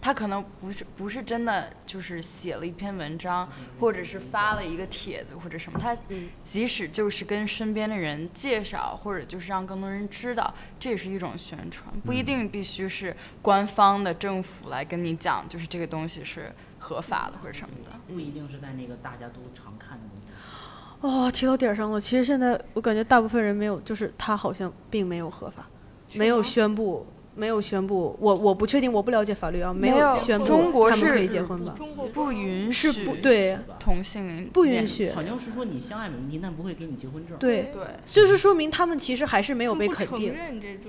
他可能不是不是真的就是写了一篇文章，或者是发了一个帖子或者什么，他嗯即使就是跟身边的人介绍，或者就是让更多人知道，这也是一种宣传，不嗯一定必须是官方的政府来跟你讲，就是这个东西是合法的或者什么的。不一定是在那个大家都常看的那种。哦，提到点儿上了。其实现在我感觉大部分人没有，就是他好像并没有合法，没有宣布，没有宣布。我我不确定，我不了解法律啊，没有有宣布中国他们是可以结婚吧？中国不允许是不对，同性恋不恋允许。好像是说你相爱没问题，但不会给你结婚证。对，对，就是说明他们其实还是没没有被肯定。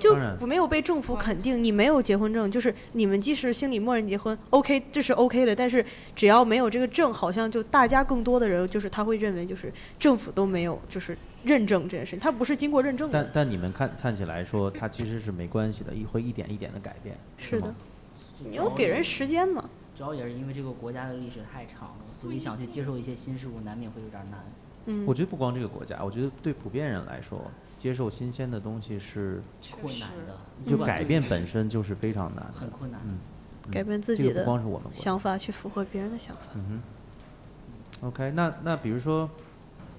就就当然不没有被政府肯定，你没有结婚证，就是你们即使心里默认结婚，OK，这是 OK 的，但是只要没有这个证，好像就大家更多的人就是他会认为就是政府都没有就是认证这件事情，他不是经过认证但的，但你们看看起来说，它其实是没关系的，一会一点一点的改变，是吗的？就你主要要给也人时间嘛。主要也是因为这个国家的历史太长了，所以想去接受一些新事物，难免会有点难。嗯我，觉得不光这个国家，我觉得对普遍人来说，接受新鲜的东西是确困实难的，嗯就不管改对变本身就是非常难很的。困难。嗯改变自这己个不的光是我们国家想法去符合别人的想法。嗯哼。OK，那那比如说，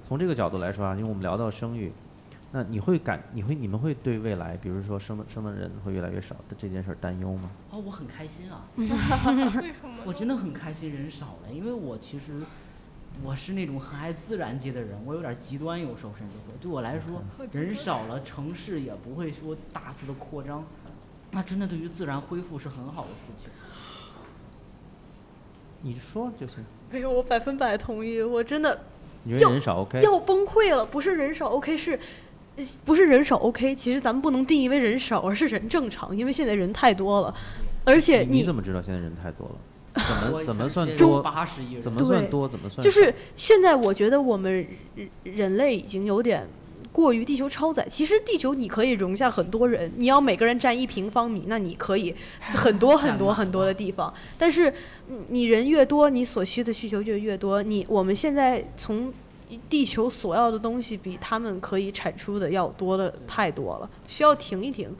从这个角度来说啊，因为我们聊到生育，那你会感你会你们会对未来，比如说生的生的人会越来越少的这件事儿担忧吗？哦，我很开心啊，为什么 我真的很开心人少了，因为我其实我是那种很爱自然界的人，我有点极端，有时候甚至会对我来说，会觉人得少了，城市也不会说大肆的扩张，那真的对于自然恢复是很好的事情。你说就行，没有，哎我百分百同意，我真的因为要人少 OK，要崩溃了，不是人少 OK 是。呃不是人少 OK，其实咱们不能定义为人少，而是人正常，因为现在人太多了，而且你你怎么知道现在人太多了？怎么怎么算多？八十亿人，怎么算对多？怎么算少？就是现在，我觉得我们人人类已经有点过于地球超载。其实地球你可以容下很多人，你要每个人占一平方米，那你 可以很多很多很多的地方。但是嗯你人越多，你所需的需求就越多。你我们现在从地球所要的东西比他们可以产出的要多的太多了，需要停一停。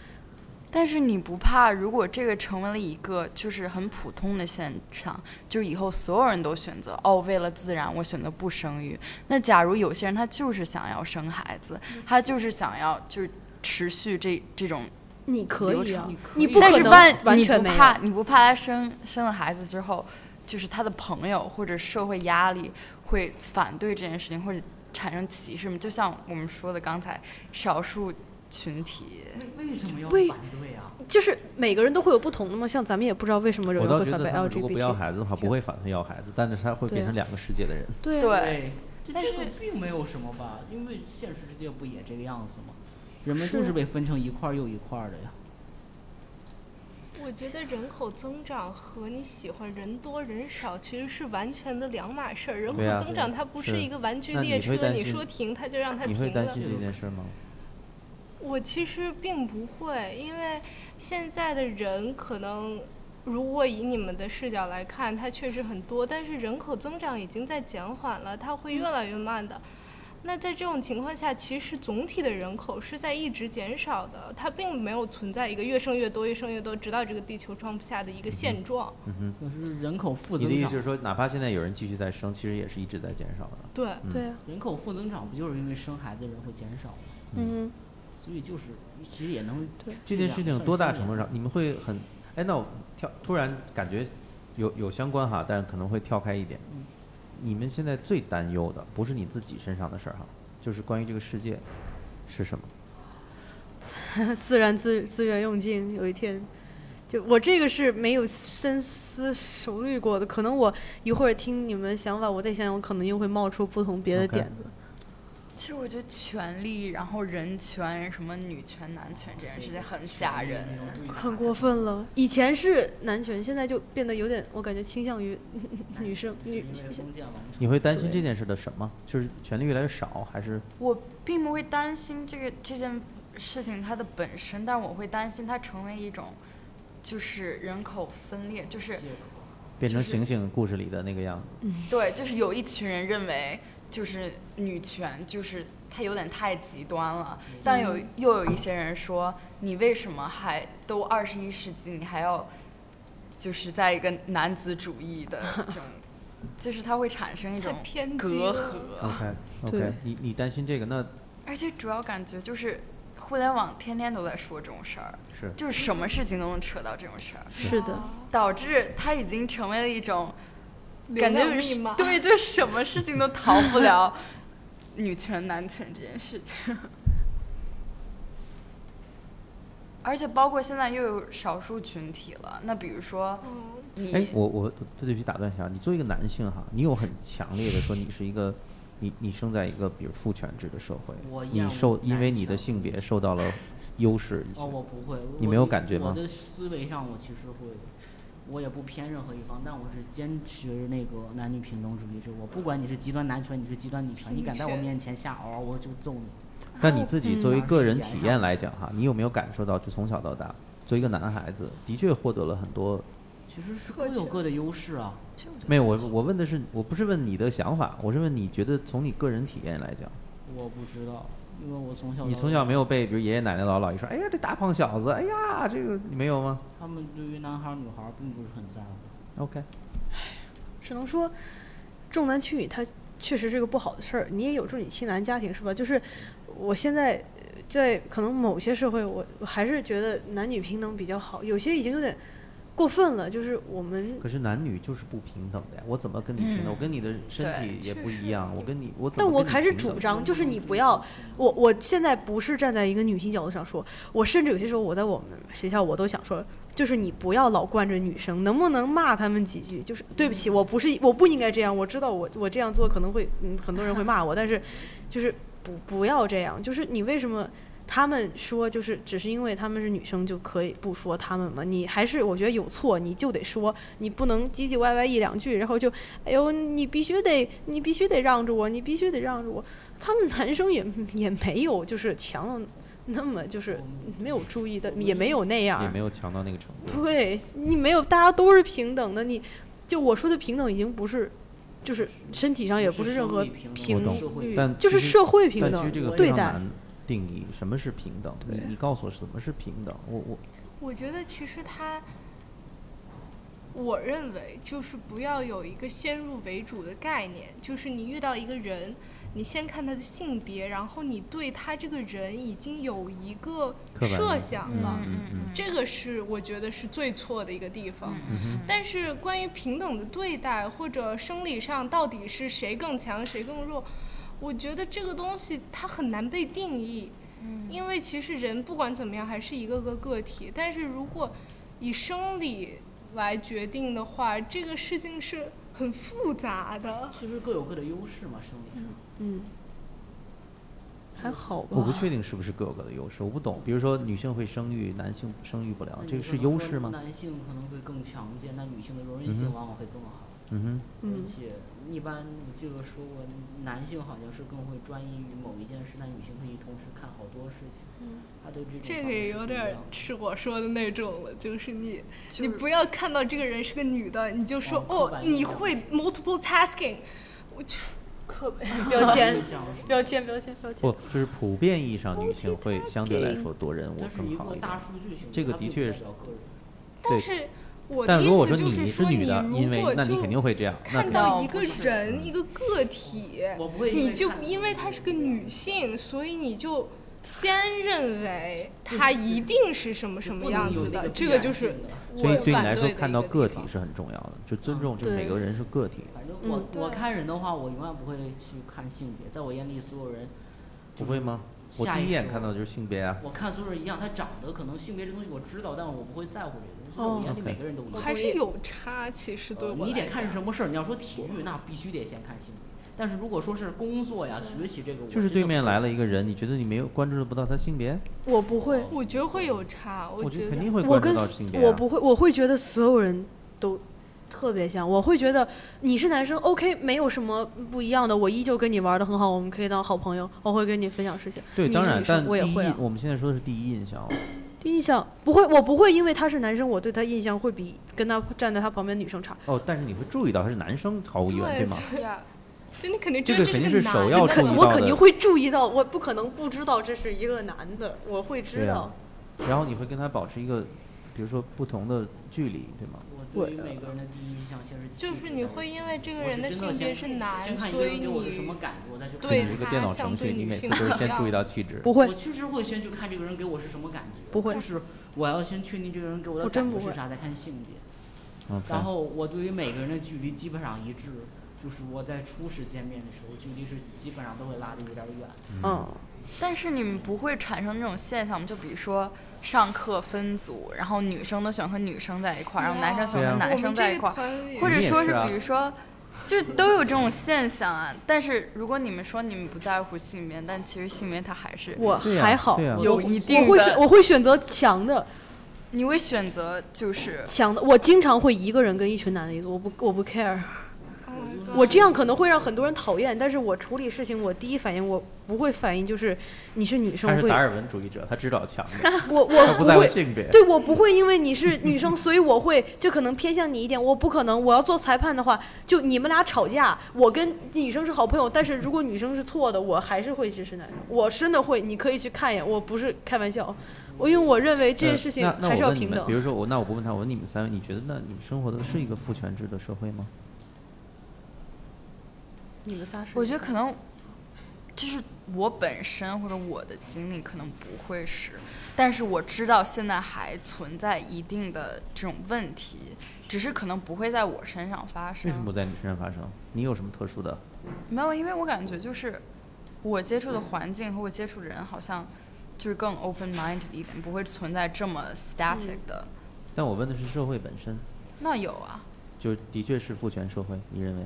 但是你不怕，如果这个成为了一个就是很普通的现象，就是以后所有人都选择哦，为了自然，我选择不生育。那假如有些人他就是想要生孩子，嗯他就是想要就是持续这这种，你可以啊流程，你不可但能是万完你全不没有。怕，你不怕他生生了孩子之后，就是他的朋友或者社会压力会反对这件事情，或者产生歧视吗？就像我们说的刚才，少数群体。为为什么要为反对啊？就是每个人都会有不同的嘛，像咱们也不知道为什么有我人倒会觉反得对他们如果不要 LGBT，孩子的话，不会反对要孩子，但是他会对变啊成两个世界的人。对啊对对，这但这个是并没有什么吧，因为现实世界不也这个样子吗？人们是就是被分成一块儿又一块儿的呀。我觉得人口增长和你喜欢人多人少其实是完全的两码事儿。人对啊口增长它不是是一个玩具那你列会车，担你心说停它就让它你会停担了。心这件事吗？我其实并不会，因为现在的人可能，如果以你们的视角来看，它确实很多，但是人口增长已经在减缓了，它会越嗯来越慢的。那在这种情况下，其实总体的人口是在一直减少的，它并没有存在一个越生越多、越生越多，直到这个地球装不下的一个现状。嗯哼。就是人口负你的增意思长是，说，哪怕现在有人继续在生，其实也是一直在减少的。对，嗯对啊，人口负增长不就是因为生孩子人会减少吗？嗯。所以就是其实也能对这件事情多大程度上，你们会很……哎，那我跳突然感觉有有相关哈，但可能会跳开一点嗯。你们现在最担忧的不是你自己身上的事儿哈，就是关于这个世界是什么？自然资资源用尽，有一天，就我这个是没有深思熟虑过的，可能我一会儿听你们想法，我再想想，我可能又会冒出不同别的 OK 点子。其实我觉得权利，然后人权，什么女权、男权这件事情很吓人。 很过分了，以前是男权，现在就变得有点，我感觉倾向于 女生女因为封建王朝你会担心对这件事的什么？就是权力越来越少，还是我并不会担心这个这件事情它的本身， 但我会担心它成为一种，就是人口分裂，就是借口变成就是醒醒故事里的那个样子。对，就是有一群人认为，就是女权就是它有点太极端了，但有又有一些人说，你为什么还都二十一世纪，你还要就是在一个男子主义的这种，就是它会产生一太种偏激隔了。阂， OK 对 OK，你你担心这个，那而且主要感觉就是互联网天天都在说这种事儿，是就是什么事情都能扯到这种事儿，是的，啊导致它已经成为了 一种流感觉量是密码，对，就什么事情都逃不了女权男权这件事情。而且包括现在又有少数群体了，那比如说嗯，你，哎，我我对不起打断一下，你作为一个男性哈，你有很强烈的说你是一个，你你生在一个比如父权制的社会，我厌你恶受因为你的男性别受到了优势一些哦，，我不会。你我没有的感觉吗我的思维上，我其实会，我也不偏任何一方，但我是坚持那个男女平等主义者。我不管你是极端男权，你是极端女权，你平敢在我权面前瞎嗷，我就揍你。但你自己作为嗯个人体验来讲哈，你有没有感受到，就从小到大，作为一个男孩子，的确获得了很多。其实是特各有权各的优势啊。没有，我我问的是，我不是问你的想法，我是问你觉得从你个人体验来讲，我不知道，因为我从小你到从大小没有被比如爷爷奶奶、姥姥姥爷说，哎呀这大胖小子，哎呀这个你没有吗他们对于男孩儿女孩儿并不是很在乎。 ？OK，只能说重男轻女它确实是个不好的事儿。你也有这种欺男家庭是吧？就是我现在呃在可能某些社会，我我还是觉得男女平等比较好，有些已经有点过分了。就是我们可是男女就是不平等的呀，我怎么跟你平等？嗯我跟你的身对体也确不实一样，我跟你我怎但么我跟你还是平等主张，就是你不要我。我现在不是站在一个女性角度上说，我甚至有些时候我在我们学校我都想说，就是你不要老惯着女生，能不能骂她们几句？就是对不起，我不是我不应该这样，我知道我我这样做可能会嗯很多人会骂我，但是就是不不要这样，就是你为什么？他们说，就是只是因为他们是女生就可以不说他们吗？你还是我觉得有错你就得说，你不能唧唧歪歪一两句，然后就，哎呦，你必须得，你必须得让着我，你必须得让着我。他们男生也也没有就是强到那么就是没有注意的，也没有那样也没儿。有强到那个程度。啊对你没有，大家都是平等的。你就我说的平等，已经不是就是身体上也不是是任生何理平等平我懂社会率平但等就是其实社会平但其实等这个非对常待。难定义，什么是平等？你对你告诉我什么是平等？我我我觉得其实他，我认为就是不要有一个先入为主的概念，就是你遇到一个人，你先看他的性别，然后你对他这个人已经有一个刻板印设象想嗯了，嗯嗯，这个是我觉得是最错的一个地方。嗯但是关于平等的对待或者生理上到底是谁更强谁更弱，我觉得这个东西它很难被定义，嗯因为其实人不管怎么样还是一个个个体，但是如果以生理来决定的话，这个事情是很复杂的。其实各有各的优势嘛，生理上。嗯，还好我不吧。确定是不是各有各的优势，我不懂。比如说女性会生育，男性生育不了那，啊这你个不是能优说势吗？男性可能会更强健，那女性的柔韧嗯性哼往往会更好。嗯嗯而且一般我记得说过，男性好像是更会专一于某一件事，但女性可以同时看好多事情。嗯他对这种这方个式也不有一点儿样是我说的那种了，就是你，就你是不要看到这个人是个女的，你就说哦刻哦，板印你象会 multiple tasking，我去，刻板 标签印，象是标签，标签，标哼，签不。，就是普遍意义上女性会相对来说多人我它是更一好个一点大。数据型的，这个它的并不确代是表个人但是我的但意如果我思说就你是是女的，如因为果那你就肯定会这样。那看肯到定一个不是人一个个体，我不会因为你就看因为她是个女性，所以你就先认为她一定是什么什么样子的，这个就是所以我对你来反说，对的看一到个个地体方。嗯是很重要的，就尊重，就是每个人是个体。反正嗯我、我对看人的话，我永远不会去看性别，在我眼里所有人不会吗？我下第一意眼识看到的就是性别啊。我看所有人一样，他长得可能性别这东西我知道，但我不会在乎这个，就是哦我眼里 OK 每个人都一我样。还是有差，其实对呃我你得来看讲是什么事儿，你要说体育，那必须得先看性别。但是如果说是工作呀、学习这个，我就是真的对面不会来了一个人，你觉得你没有关注不到他性别？我不会，我觉得会有差，我觉觉肯得定会我关注跟到性别、啊。我不会，我会觉得所有人都特别像。我会觉得你是男生，OK，没有什么不一样的，我依旧跟你玩的很好，我们可以当好朋友，我会跟你分享事情。对，你当是然女，生但我也第一会啊 我们现在说的是第一印象，第一印象不会，我不会因为他是男生，我对他印象会比跟他站在他旁边的女生差。哦，但是你会注意到他是男生，毫无疑问，对吗？对呀，就你肯定知道这个这肯定个是男首的要那注我意我到肯的定会注意到，我不可能不知道这是一个男的，我会知对啊道。然后你会跟他保持一个，比如说不同的距离，对吗？我对于每个人的第一印象先是就是你会因为这个我人是真性别先是先男，看一所个人以给我是什你么感觉，我再去看对你是一个他电脑像程对序，你女每次性都不是一先注样意到气质。不会我，确实会先去看这个人给我是什么感觉，不会就是我要先确定这个人给我的我真感觉不会是啥，再看性别。 OK，然后我对于每个人的距离基本上一致，就是我在初始见面的时候，距离是基本上都会拉的有点远。嗯，但是你们不会产生那种现象吗？就比如说上课分组，然后女生都喜欢和女生在一块儿，然后男生喜欢对啊和男生在一块儿，儿或者说你也是啊比如说，就都有这种现象啊。但是如果你们说你们不在乎性别，但其实性别它还是我对呀还好，对呀有我一我定会的选我会选择强的，你会选择就是强的。我经常会一个人跟一群男的一组，我不我不 care。我嗯这样可能会让很多人讨厌，但是我处理事情，我第一反应我不会反应就是你是女生，他我是达会尔文主义者，他知道强 的，我他我不不在乎会。性别。对我不会因为你是女生，所以我会就可能偏向你一点。我不可能，我要做裁判的话，就你们俩吵架，我跟女生是好朋友，但是如果女生是错的，我还是会支持男生。我真的会，你可以去看一眼，我不是开玩笑。我因为我认为这件呃事情那那还是我要问你平们等比。如说我，那我不问他，我问你们三位，你觉得那你们生活的是一个父权制的社会吗？你们仨是？我觉得可能就是我本身或者我的经历可能不会是，但是我知道现在还存在一定的这种问题，只是可能不会在我身上发啊为什么生不。在你身上发生？你有什么特殊的？没有，因为我感觉就是我接触的环境和我接触的人好像就是更 open mind 一点，不会存在这么 static 的。但我问的是社会本身，那有啊，就的确是父权社会，你认为？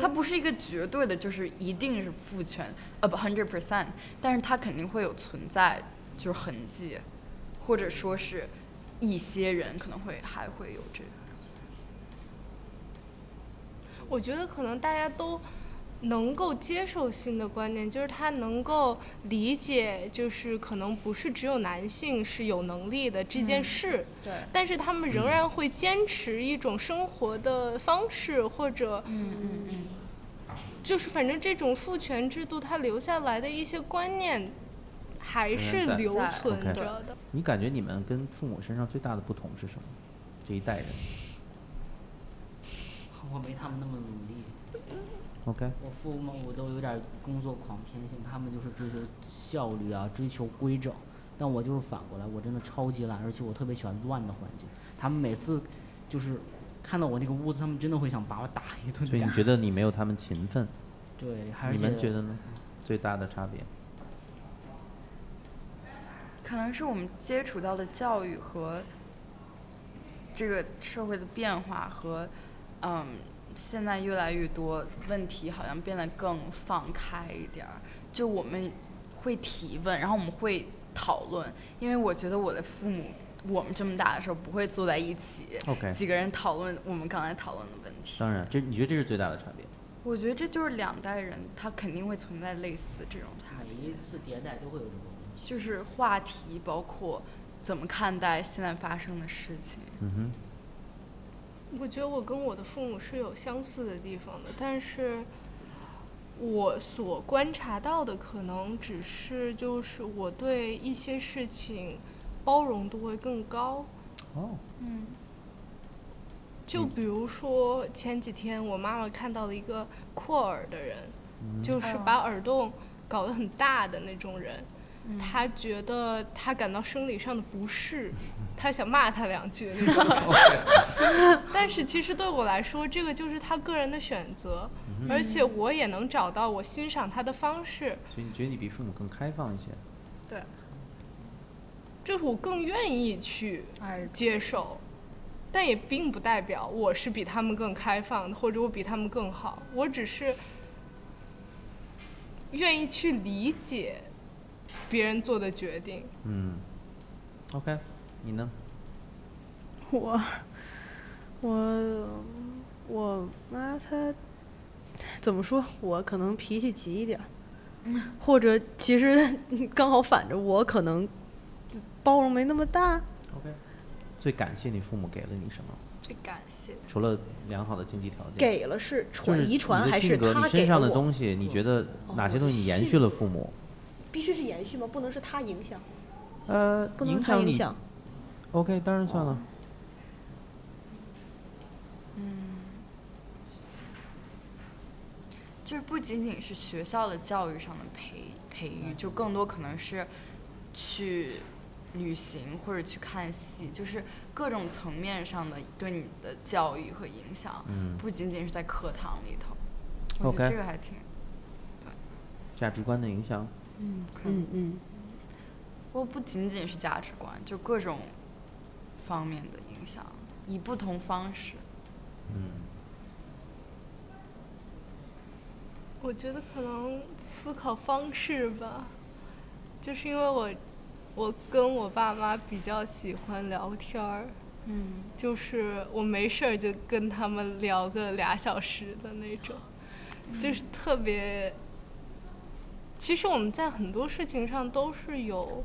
它不是一个绝对的，就是一定是父权，呃不 hundred percent，但是它肯定会有存在就是痕迹，或者说是一些人可能会还会有这个。我觉得可能大家都能够接受新的观念，就是他能够理解，就是可能不是只有男性是有能力的这件事，嗯对，但是他们仍然会坚持一种生活的方式，或者嗯嗯嗯，就是反正这种父权制度它留下来的一些观念。还仍然是在留在存 OK 着的。你感觉你们跟父母身上最大的不同是什么？这一代人我没他们那么努力， ，OK，我父母都有点工作狂偏性，他们就是追求效率啊，追求规整。但我就是反过来，我真的超级懒，而且我特别喜欢乱的环境。他们每次就是看到我那个屋子，他们真的会想把我打一顿所以的你感觉得你没有他们勤奋，对，而你且们觉得呢？最大的差别，可能是我们接触到的教育和这个社会的变化和，嗯，现在越来越多问题好像变得更放开一点儿，就我们会提问，然后我们会讨论，因为我觉得我的父母。我们这么大的时候不会坐在一起 OK 几个人讨论我们刚才讨论的问题。当然，这你觉得这是最大的差别？我觉得这就是两代人，他肯定会存在类似这种差每异。一次迭代都会有这个问题。就是话题，包括怎么看待现在发生的事情。嗯哼。我觉得我跟我的父母是有相似的地方的，但是我所观察到的可能只是就是我对一些事情包容度会更高。哦，嗯，就嗯比如说前几天我妈妈看到了一个扩耳的人，嗯嗯就是哦把耳洞搞得很大的那种人，她觉得她感到生理上的不适，她想骂他两句那种感觉。但是其实对我来说，这个就是她个人的选择，而且我也能找到我欣赏她的方式，所以你觉得你比父母更开放一些？就是我更愿意去哎，接受，但也并不代表我是比他们更开放，或者我比他们更好。我只是愿意去理解别人做的决定。嗯，OK，你呢？我我我妈她怎么说？我可能 脾气急一点儿，或者其实刚好反着，我可能包容没那么大。 OK，最感谢你父母给了你什么？最感谢除了良好的经济条件，给了是就传是遗传你的还性是格，他你给身了上的我？哦东西，你觉得哪些东西你延续了父母？必须是延续吗？不能是他影响，呃，不能影是他响影你。响。哦 OK，当然算了。就是不仅仅是学校的教育上的培培育，就更多可能是去旅行或者去看戏，就是各种层面上的对你的教育和影响，嗯，不仅仅是在课堂里头。我觉 OK 得这个还挺价值观的影响。可能嗯嗯，我不仅仅是价值观，就各种方面的影响，以不同方式。嗯，我觉得可能思考方式吧，就是因为我我跟我爸妈比较喜欢聊天儿，嗯，就是我没事儿就跟他们聊个俩小时的那种，就是特别。其实我们在很多事情上都是有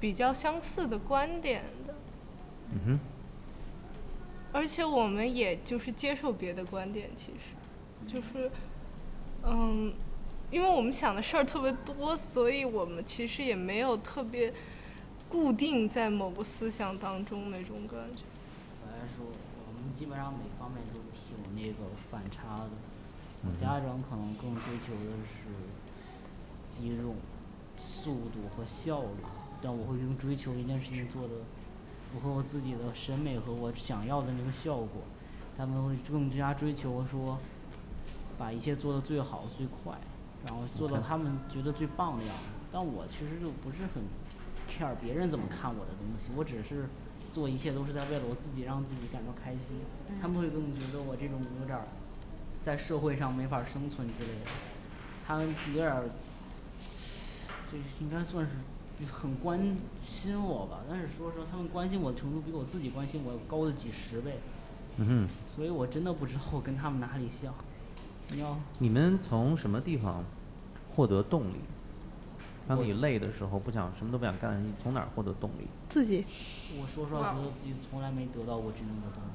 比较相似的观点的，嗯哼，而且我们也就是接受别的观点，其实就是，嗯，因为我们想的事儿特别多，所以我们其实也没有特别固定在某个思想当中那种感觉。我来说，我们基本上每方面都挺那个反差的。我家长可能更追求的是肌肉、速度和效率，但我会更追求一件事情做的符合我自己的审美和我想要的那个效果。他们会更加追求说，把一切做得最好、最快，然后做到 OK 他们觉得最棒的样子。但我其实就不是很 care 别人怎么看我的东西，我只是做一切都是在为了我自己，让自己感到开心。他们会更觉得我这种有点儿在社会上没法儿生存之类的，他们有点儿，就是应该算是很关心我吧。但是说实话，他们关心我的程度比我自己关心我高了几十倍，嗯哼，所以我真的不知道我跟他们哪里像。你要你们从什么地方获得动力？当我你累的时候，不想什么都不想干，你从哪儿获得动力？自己我说实话，觉得自己从来没得到过真正的动力。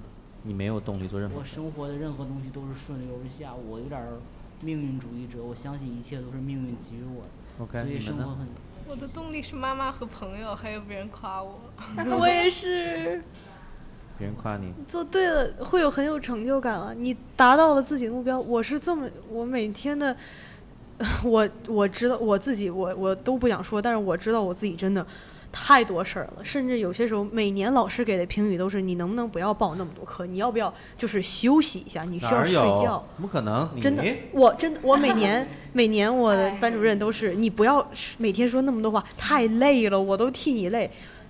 你没有动力做任何我事。生活的任何东西都是顺流而下，我有点儿命运主义者，我相信一切都是命运给予我的， OK，所以你生们活呢？很我的动力是妈妈和朋友，还有别人夸我。我也是别人夸你，做对了，会有很有成就感啊！你达到了自己的目标，我是这么，我每天的， 我我知道我自己，我我都不想说，但是我知道我自己真的太多事儿了，甚至有些时候，每年老师给的评语都是你能不能不要报那么多课，你要不要就是休息一下，你需哪要儿睡觉有。？怎么可能？你真的，我真 的，我每年每年我的哎班主任都是，你不要每天说那么多话，太累了，我都替你累。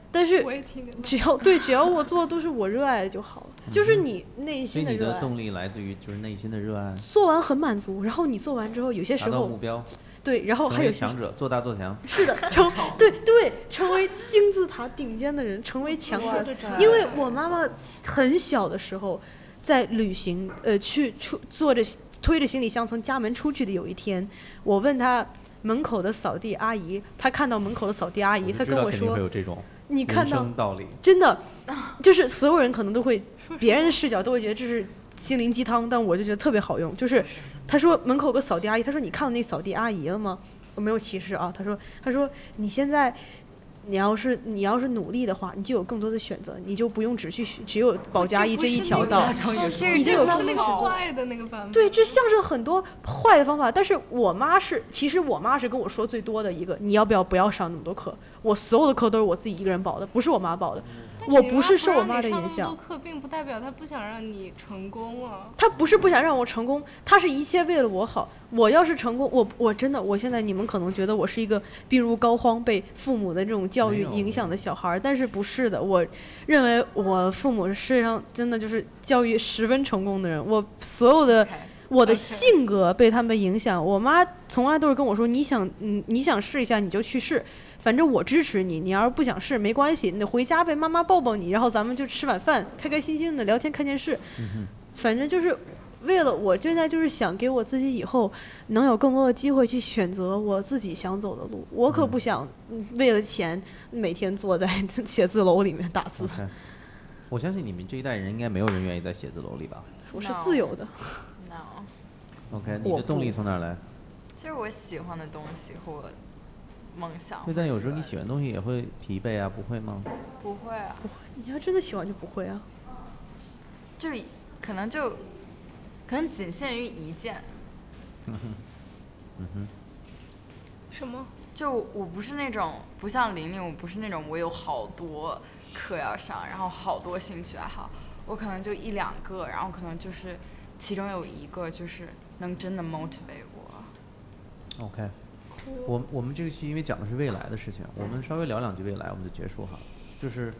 但是我也挺能只要对，只要我做的都是我热爱的就好了，就是你内所以心嗯你热的爱，动力来自于就是内心的热爱，做完很满足，然后你做完之后，有些达时到目候标，对，然后成还有为些强者，做大做强。是的， 成对对，成为金字塔顶尖的人，成为强者哇，塞因为我妈妈很小的时候，在旅行，呃，去出坐着推着行李箱从家门出去的有一天，我问她门口的扫地阿姨，她看到门口的扫地阿姨，就她知跟道我肯定说会有这种：“你人看到生道理。真的，就是所有人可能都会，别人视角都会觉得这是心灵鸡汤，但我就觉得特别好用。就是他说门口有个扫地阿姨，他说你看到那扫地阿姨了吗？我没有歧视啊，他说他说你现在。你要是你要是努力的话，你就有更多的选择，你就不用只去选只有保加一这一条道。长但这个已经有真的是那个好坏的那个版本。对，这像是很多坏的方法，但是我妈是，其实我妈是跟我说最多的一个，你要不要不要上那么多课？我所有的课都是我自己一个人报的，不是我妈报的，但我你不是受我妈的让你上那影响么多。课并不代表她不想让你成功啊。他不是不想让我成功，他是一切为了我好。我要是成功，我我真的，我现在你们可能觉得我是一个病入膏肓、被父母的这种教育没有影响的小孩儿，但是不是的。我认为我父母是世界上真的就是教育十分成功的人。我所有的 OK 我的 OK 性格被他们影响。我妈从来都是跟我说：“你想，嗯，你想试一下你就去试，反正我支持你。你要是不想试没关系，你回家呗，嗯妈妈抱抱你，然后咱们就吃晚饭，开开心心的聊天看电视。反正就是为了我现在就是想给我自己以后能有更多的机会去选择我自己想走的路。我可不想为了钱每天坐在 写字楼里面打字， OK 我相信你们这一代人应该没有人愿意在写字楼里吧我是自由的。 no， ？OK，你的动力从哪儿来？就是我喜欢的东西和我梦想。对，但有哦时候你喜欢的东西也会疲惫啊，不会吗？不会啊，你要真的喜欢就不会啊。就可能就可能仅限于一件。什么？就我不是那种不像玲玲，我不是那种我有好多课要上，然后好多兴趣爱好，我可能就一两个，然后可能就是其中有一个就是能真的 motivate 我。 OK，我我们这个期因为讲的是未来的事情，我们稍微聊两句未来，我们就结束哈。就是，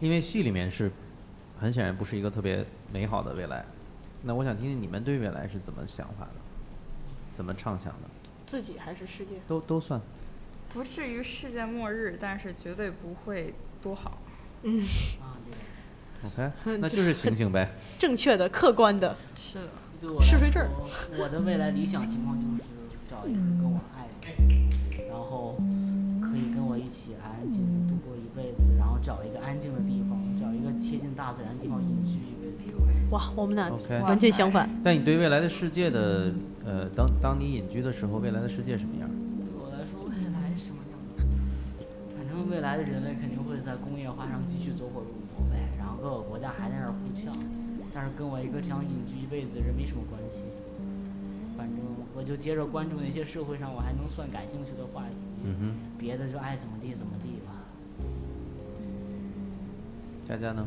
因为戏里面是很显然不是一个特别美好的未来，那我想听听你们对未来是怎么想法的，怎么畅想的，自己还是世界？都都算。不至于世界末日，但是绝对不会多好。啊，对， OK，那就是醒醒呗。正确的、客观的，是的，对我来是非这儿说我的未来理想情况就是找一个跟我爱的人，然后可以跟我一起安安静静度过一辈子，然后找一个安静的地方，找一个贴近大自然的地方隐居一辈子。哇，我们俩 OK 完全相反。但你对未来的世界的，呃，当当你隐居的时候，未来的世界什么样？对我来说，未来是什么样的？反正未来的人类肯定会在工业化上继续走火入魔呗，然后各个国家还在那儿互呛，但是跟我一个这样隐居一辈子的人没什么关系。反正我就接着关注那些社会上我还能算感兴趣的话题，嗯别的就爱怎么地怎么地吧。哼，佳佳呢？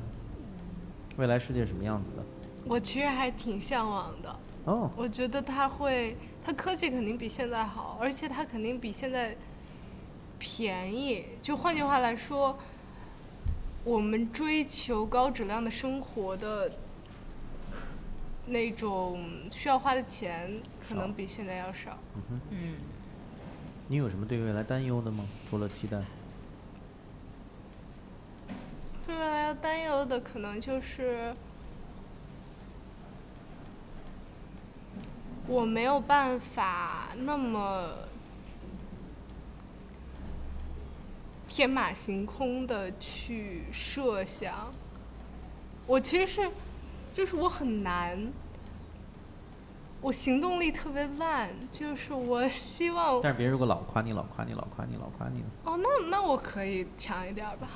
未来世界什么样子的？我其实还挺向往的。哦，我觉得它会，它科技肯定比现在好，而且它肯定比现在便宜。就换句话来说，我们追求高质量的生活的那种需要花的钱，可能比现在要少。嗯，你有什么对未来担忧的吗？除了期待，对未来要担忧的可能就是，我没有办法那么天马行空的去设想。我其实是，就是我很难，我行动力特别烂，就是我希望但是别人如果老夸你，老夸你，老夸你，老夸你呢，哦，那那我可以强一点儿吧，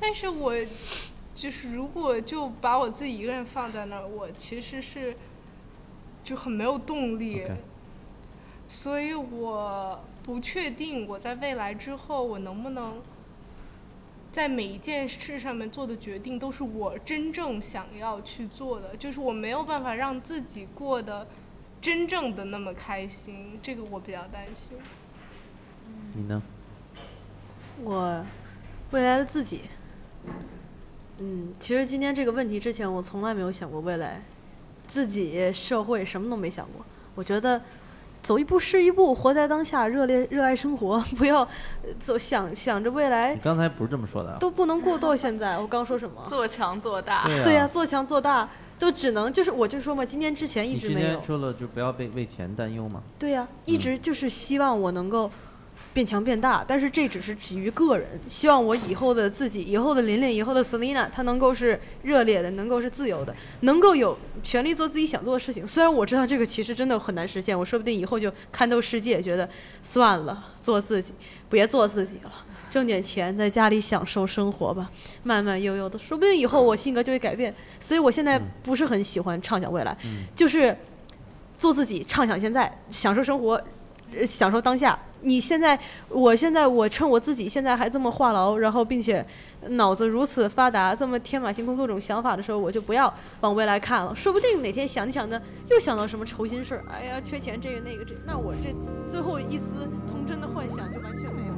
但是我就是如果就把我自己一个人放在那儿，我其实是就很没有动力 OK 所以我不确定我在未来之后我能不能在每一件事上面做的决定都是我真正想要去做的，就是我没有办法让自己过得真正的那么开心，这个我比较担心。你呢？我未来的自己，嗯，其实今天这个问题之前，我从来没有想过未来，自己、社会什么都没想过。我觉得走一步是一步，活在当下，热烈热爱生活， 不要呃走想想着未来 你刚才不是这么说的啊？都不能过多。现在我刚说什么？做强做大。对啊呀、呀、做强做大，都只能就是我就说嘛，今天之前一你直之没有前。说了就不要被为钱担忧嘛。对呀、一直就是希望我能够变强变大，但是这只是基于个人，希望我以后的自己、以后的琳琳、以后的 Selina，她能够是热烈的，能够是自由的，能够有权利做自己想做的事情。虽然我知道这个其实真的很难实现，我说不定以后就看透世界，觉得算了，做自己，别做自己了。挣点钱，在家里享受生活吧，慢慢悠悠的，说不定以后我性格就会改变。所以我现在不是很喜欢畅想未来，嗯就是做自己，畅想现在，享受生活，呃享受当下。你现在，我现在，我趁我自己现在还这么话痨，然后并且脑子如此发达，这么天马行空各种想法的时候，我就不要往未来看了。说不定哪天想着想着又想到什么愁心事儿，哎呀，缺钱这个那个这，那我这最后一丝童真的幻想就完全没有了。